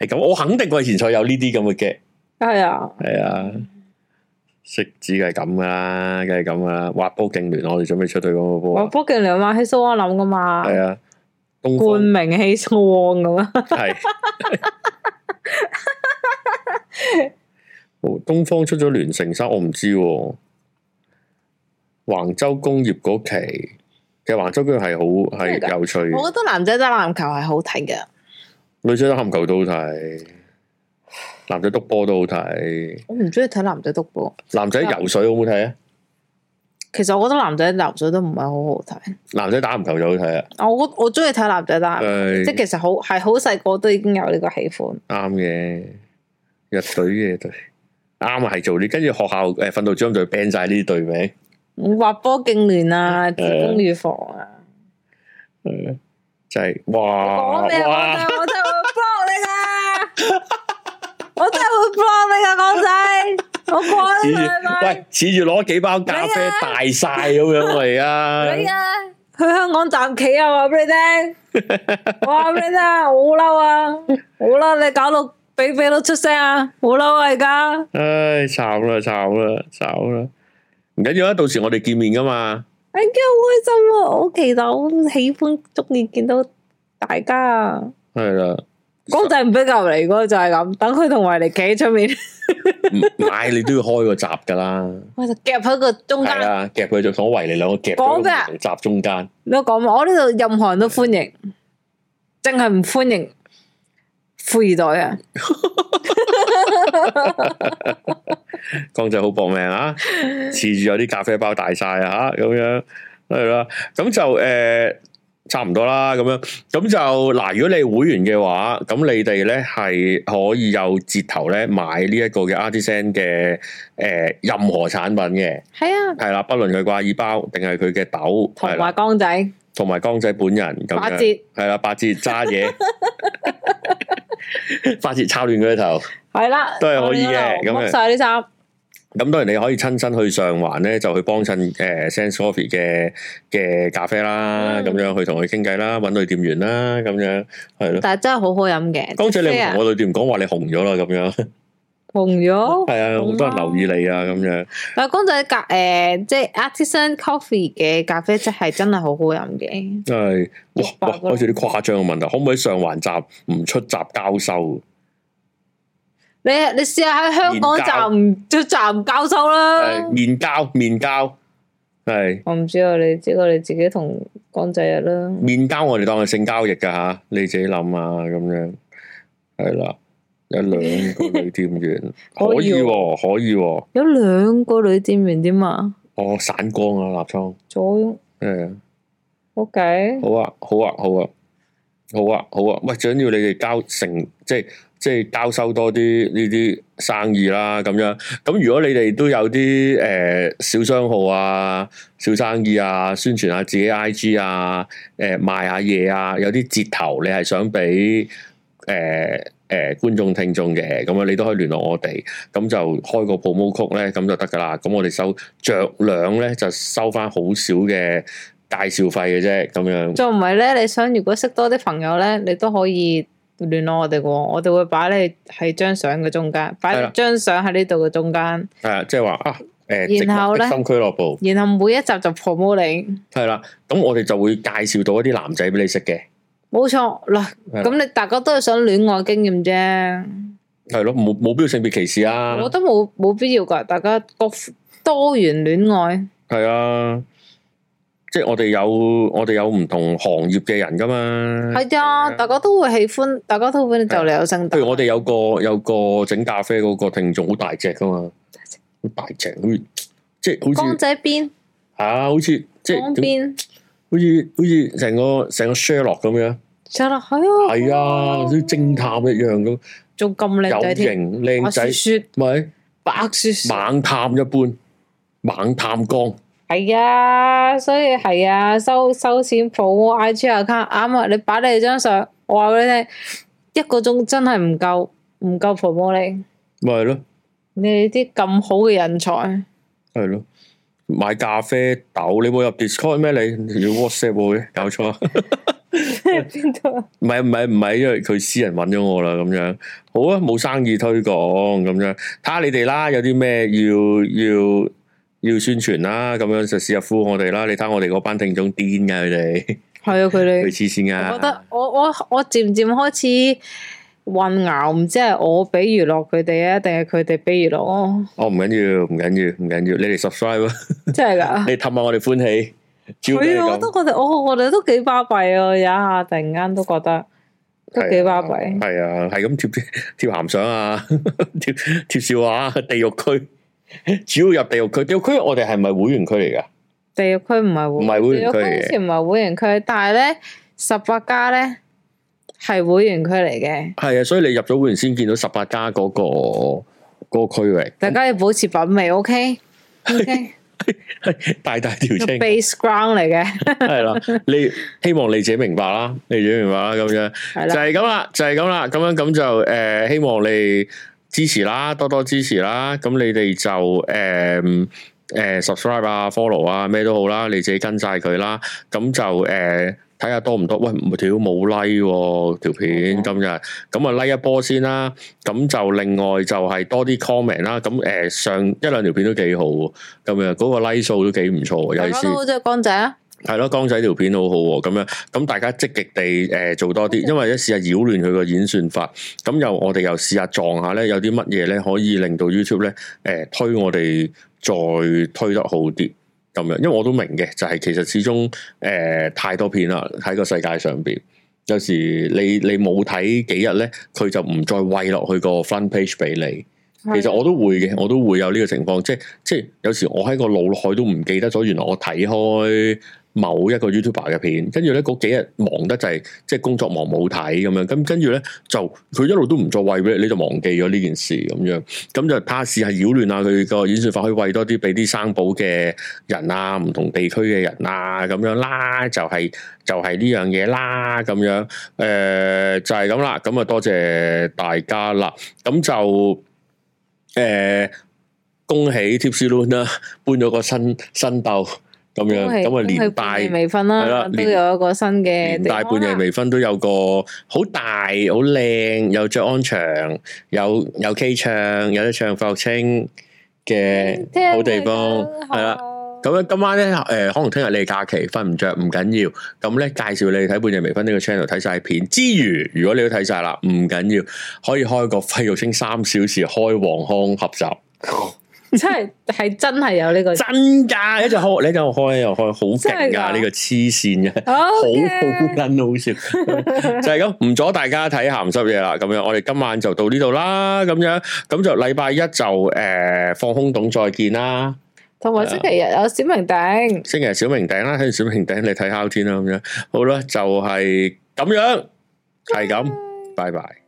[SPEAKER 2] 係咁，我肯定季前賽有呢啲咁嘅 get。
[SPEAKER 1] 我係啊，
[SPEAKER 2] 係啊，食指梗係咁噶啦，梗係咁噶啦。滑波勁聯，我哋準備出對嗰個波
[SPEAKER 1] 我
[SPEAKER 2] 啊。
[SPEAKER 1] 波勁兩晚喺蘇安諗噶嘛，
[SPEAKER 2] 係啊，東
[SPEAKER 1] 冠
[SPEAKER 2] 方
[SPEAKER 1] 名喺蘇安咁啊，
[SPEAKER 2] 係。好哦東方出咗聯成三，我唔知喎、橫州工業嗰期，其實橫州工業係好
[SPEAKER 1] 真係
[SPEAKER 2] 係
[SPEAKER 1] 㗎
[SPEAKER 2] 有趣嘅，
[SPEAKER 1] 我覺得男仔打籃球係好睇嘅，
[SPEAKER 2] 女仔打籃球都好睇，男仔督波都好睇，
[SPEAKER 1] 我唔中意睇男仔督波。
[SPEAKER 2] 男仔游水好唔好睇啊？
[SPEAKER 1] 其實我覺得男仔游水都唔係好好睇，
[SPEAKER 2] 男仔打籃球就好睇啊！
[SPEAKER 1] 我我中意睇男仔打籃球，
[SPEAKER 2] 誒
[SPEAKER 1] 即係其實好係好細個都已經有呢個喜歡。
[SPEAKER 2] 啱嘅，日隊夜隊啱啊，係做呢。跟住學校誒訓導主任就 ban 晒呢啲隊名。
[SPEAKER 1] 我滑波勁聯啊，子宮預防啊，
[SPEAKER 2] 係就係、
[SPEAKER 1] 嗯講
[SPEAKER 2] 哇
[SPEAKER 1] 咩啊
[SPEAKER 2] 哇，
[SPEAKER 1] 我真係會 block 你噶，我真係會 block 你噶港仔，我過
[SPEAKER 2] 恃
[SPEAKER 1] 你
[SPEAKER 2] 住
[SPEAKER 1] 咪
[SPEAKER 2] 喂，恃住攞幾包咖啡
[SPEAKER 1] 你啊
[SPEAKER 2] 大晒咁樣嚟啊！
[SPEAKER 1] 你啊，去香港站企啊，話俾你聽，我話俾你聽啊，好嬲啊，好嬲你搞到比比都出聲啊，好嬲啊而家，
[SPEAKER 2] 唉，慘啦慘啦慘啦！唔緊要啊，到時我哋見面噶嘛。
[SPEAKER 1] 哎呀好開心啊，我好期待，我好喜歡中意見到大家啊，
[SPEAKER 2] 係啦，
[SPEAKER 1] 港仔唔俾夾嚟嗰個就係咁，等佢同維尼企喺出面。
[SPEAKER 2] 唔買你都要開個閘噶啦，
[SPEAKER 1] 我就夾喺個中
[SPEAKER 2] 係
[SPEAKER 1] 間，
[SPEAKER 2] 啊，夾佢就所圍你兩個夾
[SPEAKER 1] 講咩啊
[SPEAKER 2] 咗閘中間，
[SPEAKER 1] 你都講嘛我呢度任何人都歡迎，淨係唔歡迎富二代啊！
[SPEAKER 2] 江仔好搏命 啊，恃住有啲咖啡包大晒啊，咁樣係啦，咁就誒、呃差唔多啦，咁樣咁就嗱，如果你係會員嘅話，咁你哋咧係可以有折頭咧買呢一個嘅 Artisan 嘅誒、呃任何產品嘅，
[SPEAKER 1] 係啊，
[SPEAKER 2] 係啦，不論佢掛耳包定係佢嘅豆，係
[SPEAKER 1] 同
[SPEAKER 2] 啦
[SPEAKER 1] 埋，江仔
[SPEAKER 2] 同埋江仔本人咁
[SPEAKER 1] 八
[SPEAKER 2] 樣，
[SPEAKER 1] 折
[SPEAKER 2] 係啦，八折 揸嘢，八折抄亂佢個頭。
[SPEAKER 1] 係啦，
[SPEAKER 2] 都係可以嘅
[SPEAKER 1] 我哋嗰度剝
[SPEAKER 2] 咁樣
[SPEAKER 1] 晒啲衫，
[SPEAKER 2] 咁當然你可以親身去上環咧，就去幫襯誒 Sense Coffee 嘅嘅咖啡啦，
[SPEAKER 1] 嗯
[SPEAKER 2] 咁、樣去同佢傾偈啦，揾女店員啦，咁樣係咯。
[SPEAKER 1] 但係真係好好飲嘅。
[SPEAKER 2] 剛才你有冇
[SPEAKER 1] fair，
[SPEAKER 2] 同我女店員講話你紅咗啦，咁樣
[SPEAKER 1] 紅咗，
[SPEAKER 2] 係啊，好多人留意你啊，咁樣
[SPEAKER 1] 但係江仔咖誒，即係 artisan coffee 嘅咖啡即係真係好好飲嘅。
[SPEAKER 2] 真係哇
[SPEAKER 1] 六百
[SPEAKER 2] 哇，
[SPEAKER 1] 個
[SPEAKER 2] 好似啲誇張嘅問題，可唔可以上環站唔出閘交收？
[SPEAKER 1] 你你試下喺香港
[SPEAKER 2] 面交
[SPEAKER 1] 站唔出站交收啦。
[SPEAKER 2] 係面交面交係
[SPEAKER 1] 我唔知啊，你知道你自己同江仔日啦。
[SPEAKER 2] 面交，我哋當係性交易噶吓，你自己諗啊，咁樣係啦，有兩個女店員可以
[SPEAKER 1] 可以
[SPEAKER 2] 喎，可以喎。
[SPEAKER 1] 有兩個女店員添嘛，
[SPEAKER 2] 哦，散光啊，立倉，
[SPEAKER 1] 左
[SPEAKER 2] 誒，
[SPEAKER 1] OK，
[SPEAKER 2] 好啊，好啊，好啊，好啊，好啊，喂，最緊要你哋交成，即係即係交收多啲呢啲生意啦，咁樣。咁如果你哋都有啲誒、呃小商號啊、小生意啊，宣傳下自己 IG 啊，誒、賣下嘢啊，有啲折頭你係想俾誒誒觀眾聽眾嘅，咁樣啊你都可以聯絡我哋，咁就開個 promo code 咧，咁就得噶啦。咁我哋收着量咧就收翻好少嘅介紹費嘅啫，咁樣。
[SPEAKER 1] 再唔係咧，你想如果識多啲朋友咧，你都可以聯絡我哋嘅喎，我哋會擺你喺張相嘅中間，
[SPEAKER 2] 係
[SPEAKER 1] 擺
[SPEAKER 2] 啦
[SPEAKER 1] 張相喺呢度嘅中間，
[SPEAKER 2] 係啊，即係話啊，誒，
[SPEAKER 1] 然後
[SPEAKER 2] 植物的
[SPEAKER 1] 呢
[SPEAKER 2] 心俱樂部
[SPEAKER 1] 然後每一集就 promote 你，
[SPEAKER 2] 係啦，咁我哋就會介紹到一啲男仔俾你識嘅，
[SPEAKER 1] 冇錯嗱。
[SPEAKER 2] 係啦
[SPEAKER 1] 咁你大家都係想戀愛經驗啫，
[SPEAKER 2] 係咯，冇冇必要性別歧視啊，
[SPEAKER 1] 我覺得冇冇必要㗎。大家各多元戀愛，
[SPEAKER 2] 係啊，即係我哋有我哋有唔同行業嘅人噶嘛，
[SPEAKER 1] 係啊，大家都會喜歡，大家都會就嚟有聖
[SPEAKER 2] 譬
[SPEAKER 1] 誕。
[SPEAKER 2] 如我哋有個有個整咖啡嗰個聽眾好大隻噶嘛，好大隻，好似即係好
[SPEAKER 1] 江
[SPEAKER 2] 似
[SPEAKER 1] 仔邊，
[SPEAKER 2] 啊，好似即
[SPEAKER 1] 江
[SPEAKER 2] 係點
[SPEAKER 1] 邊，
[SPEAKER 2] 好似好似成個成個 Sherlock 咁樣，
[SPEAKER 1] 上落去啊，
[SPEAKER 2] 係啊，好似偵探一樣咁，
[SPEAKER 1] 仲咁靚仔
[SPEAKER 2] 有
[SPEAKER 1] 添，
[SPEAKER 2] 型
[SPEAKER 1] 白
[SPEAKER 2] 靚仔
[SPEAKER 1] 雪，雪，
[SPEAKER 2] 咪。
[SPEAKER 1] 白雪雪。
[SPEAKER 2] 猛探一般，猛探光，
[SPEAKER 1] 系啊，所以系啊，收收錢 pro I G account 啱啊！你擺你張相，我話俾你聽，一個鐘真係唔夠，唔夠 promo 你。
[SPEAKER 2] 咪係咯，
[SPEAKER 1] 你哋啲咁好嘅人才，
[SPEAKER 2] 係咯，買咖啡豆，你冇入 Discord 咩？你要 WhatsApp 我嘅，搞錯啊，
[SPEAKER 1] 邊度啊？
[SPEAKER 2] 唔係唔係唔係，因為佢私人揾咗我啦，咁樣好啊，冇生意推廣咁樣，睇下你哋啦，有啲咩要要要宣傳啦，咁樣就試下呼我哋啦，你睇下我哋嗰班聽眾癲㗎，佢哋
[SPEAKER 1] 係啊，佢
[SPEAKER 2] 佢
[SPEAKER 1] 哋，
[SPEAKER 2] 黐線
[SPEAKER 1] 我
[SPEAKER 2] 㗎，
[SPEAKER 1] 覺得我我我漸漸開始混淆，唔知係我俾娛樂佢哋啊，定係佢哋俾娛樂 我？
[SPEAKER 2] 哦唔緊要，唔緊要，唔緊要，你哋 subscribe 啊，
[SPEAKER 1] 真係㗎！
[SPEAKER 2] 你氹下我哋歡喜，照都係
[SPEAKER 1] 佢啊，我
[SPEAKER 2] 咁
[SPEAKER 1] 都。覺得我我哋都幾巴閉啊！有一下突然間都覺得都幾巴閉。
[SPEAKER 2] 係啊，係咁貼啲貼鹹相啊， 貼貼笑話啊，地獄區。主要入地獄區，地獄區我哋係咪會員區嚟噶？
[SPEAKER 1] 地獄區唔係會
[SPEAKER 2] 唔係會員區
[SPEAKER 1] 地
[SPEAKER 2] 嚟
[SPEAKER 1] 獄
[SPEAKER 2] 嘅
[SPEAKER 1] 區好似唔係會員區，但係咧十八家咧係會員區嚟 嘅，
[SPEAKER 2] 係啊，所以你入咗會員先見到十八家嗰個嗰、個區域，
[SPEAKER 1] 大家要保持品味，OK？OK，、
[SPEAKER 2] 大大條
[SPEAKER 1] 個
[SPEAKER 2] 青
[SPEAKER 1] base ground 嚟嘅，
[SPEAKER 2] 係啦。你希望你自己明白啦，你自己明白啦，咁樣
[SPEAKER 1] 係
[SPEAKER 2] 就
[SPEAKER 1] 啦，
[SPEAKER 2] 係咁啦，就係咁啦，咁樣咁就誒、呃希望你支持啦，多多支持啦。咁你哋就誒誒、呃 subscribe 啊、follow 啊，咩都好啦，你自己跟晒佢啦。咁就誒睇下多唔多。喂，唔條冇 like 喎、條片今日，咁啊 like 一波先啦。咁就另外就係多啲 comment 啦。咁誒、呃上一兩條片都幾好喎，咁樣嗰、個 like 數都幾唔錯喎，
[SPEAKER 1] 大
[SPEAKER 2] 尤
[SPEAKER 1] 家
[SPEAKER 2] 其是
[SPEAKER 1] 都。好中意光仔啊，
[SPEAKER 2] 係咯，江仔條片好好喎，咁樣咁大家積極地誒、呃做多啲，因為一試下擾亂佢個演算法，咁又我哋又試下撞下咧，有啲乜嘢咧可以令到 YouTube 咧誒、呃推我哋再推得好啲咁樣，因為我都明嘅，就係、其實始終誒、呃太多片啦喺個世界上邊，有時你你冇睇幾日咧，佢就唔再喂落去個 front page 俾你。其實我都會嘅，我都會有呢個情況，即係即係有時我喺個腦海都唔記得咗，原來我睇開某一個 YouTuber 嘅片，跟住咧嗰幾日忙得滯，即係工作忙冇睇咁樣，咁跟住咧就佢一路都唔再喂俾你，你就忘記咗呢件事咁樣，咁就睇下試下擾亂下佢個演算法，可以喂多啲俾啲生保嘅人啊，唔同地區嘅人啊，咁樣啦，就係、就係呢樣嘢啦，咁樣誒、呃就係咁啦，咁啊多謝大家啦，咁就。誒、恭喜 Tipsy Lun 啦， 搬咗個新新竇
[SPEAKER 1] 恭
[SPEAKER 2] 咁樣，
[SPEAKER 1] 喜
[SPEAKER 2] 咁啊
[SPEAKER 1] 恭喜
[SPEAKER 2] 連
[SPEAKER 1] 半夜
[SPEAKER 2] 帶
[SPEAKER 1] 未瞓
[SPEAKER 2] 係啦
[SPEAKER 1] 啦，都
[SPEAKER 2] 連
[SPEAKER 1] 有一個新嘅
[SPEAKER 2] 連
[SPEAKER 1] 地
[SPEAKER 2] 帶
[SPEAKER 1] 方
[SPEAKER 2] 半夜
[SPEAKER 1] 啦。
[SPEAKER 2] 微醺都有個好大、好靚，有着安詳，有有 K 唱，有得唱霍清嘅好地方，係啦。咁樣今晚咧，誒、可能聽日你係假期，瞓唔着唔緊要。咁咧介紹你睇《半夜微醺》呢個 channel 睇晒片之餘，如果你都睇晒啦，唔緊要，可以開個費玉清三小時開黃腔合集。
[SPEAKER 1] 真係係真係有呢個，
[SPEAKER 2] 真噶，一就開，你一就開又開，好勁
[SPEAKER 1] 真係
[SPEAKER 2] 噶
[SPEAKER 1] 㗎
[SPEAKER 2] 呢個黐線嘅，
[SPEAKER 1] 好
[SPEAKER 2] 好好
[SPEAKER 1] 嘅
[SPEAKER 2] 撚好笑， 就係咁，唔阻大家睇鹹濕嘢啦。咁樣，我哋今晚就到呢度啦。咁樣，咁就禮拜一就誒、呃放空洞再見啦。
[SPEAKER 1] 同埋星期日有小明頂，
[SPEAKER 2] 星期日小明頂啦，睇完小明頂你睇烤天啦。咁樣，好啦，就係、咁樣，係咁，拜拜。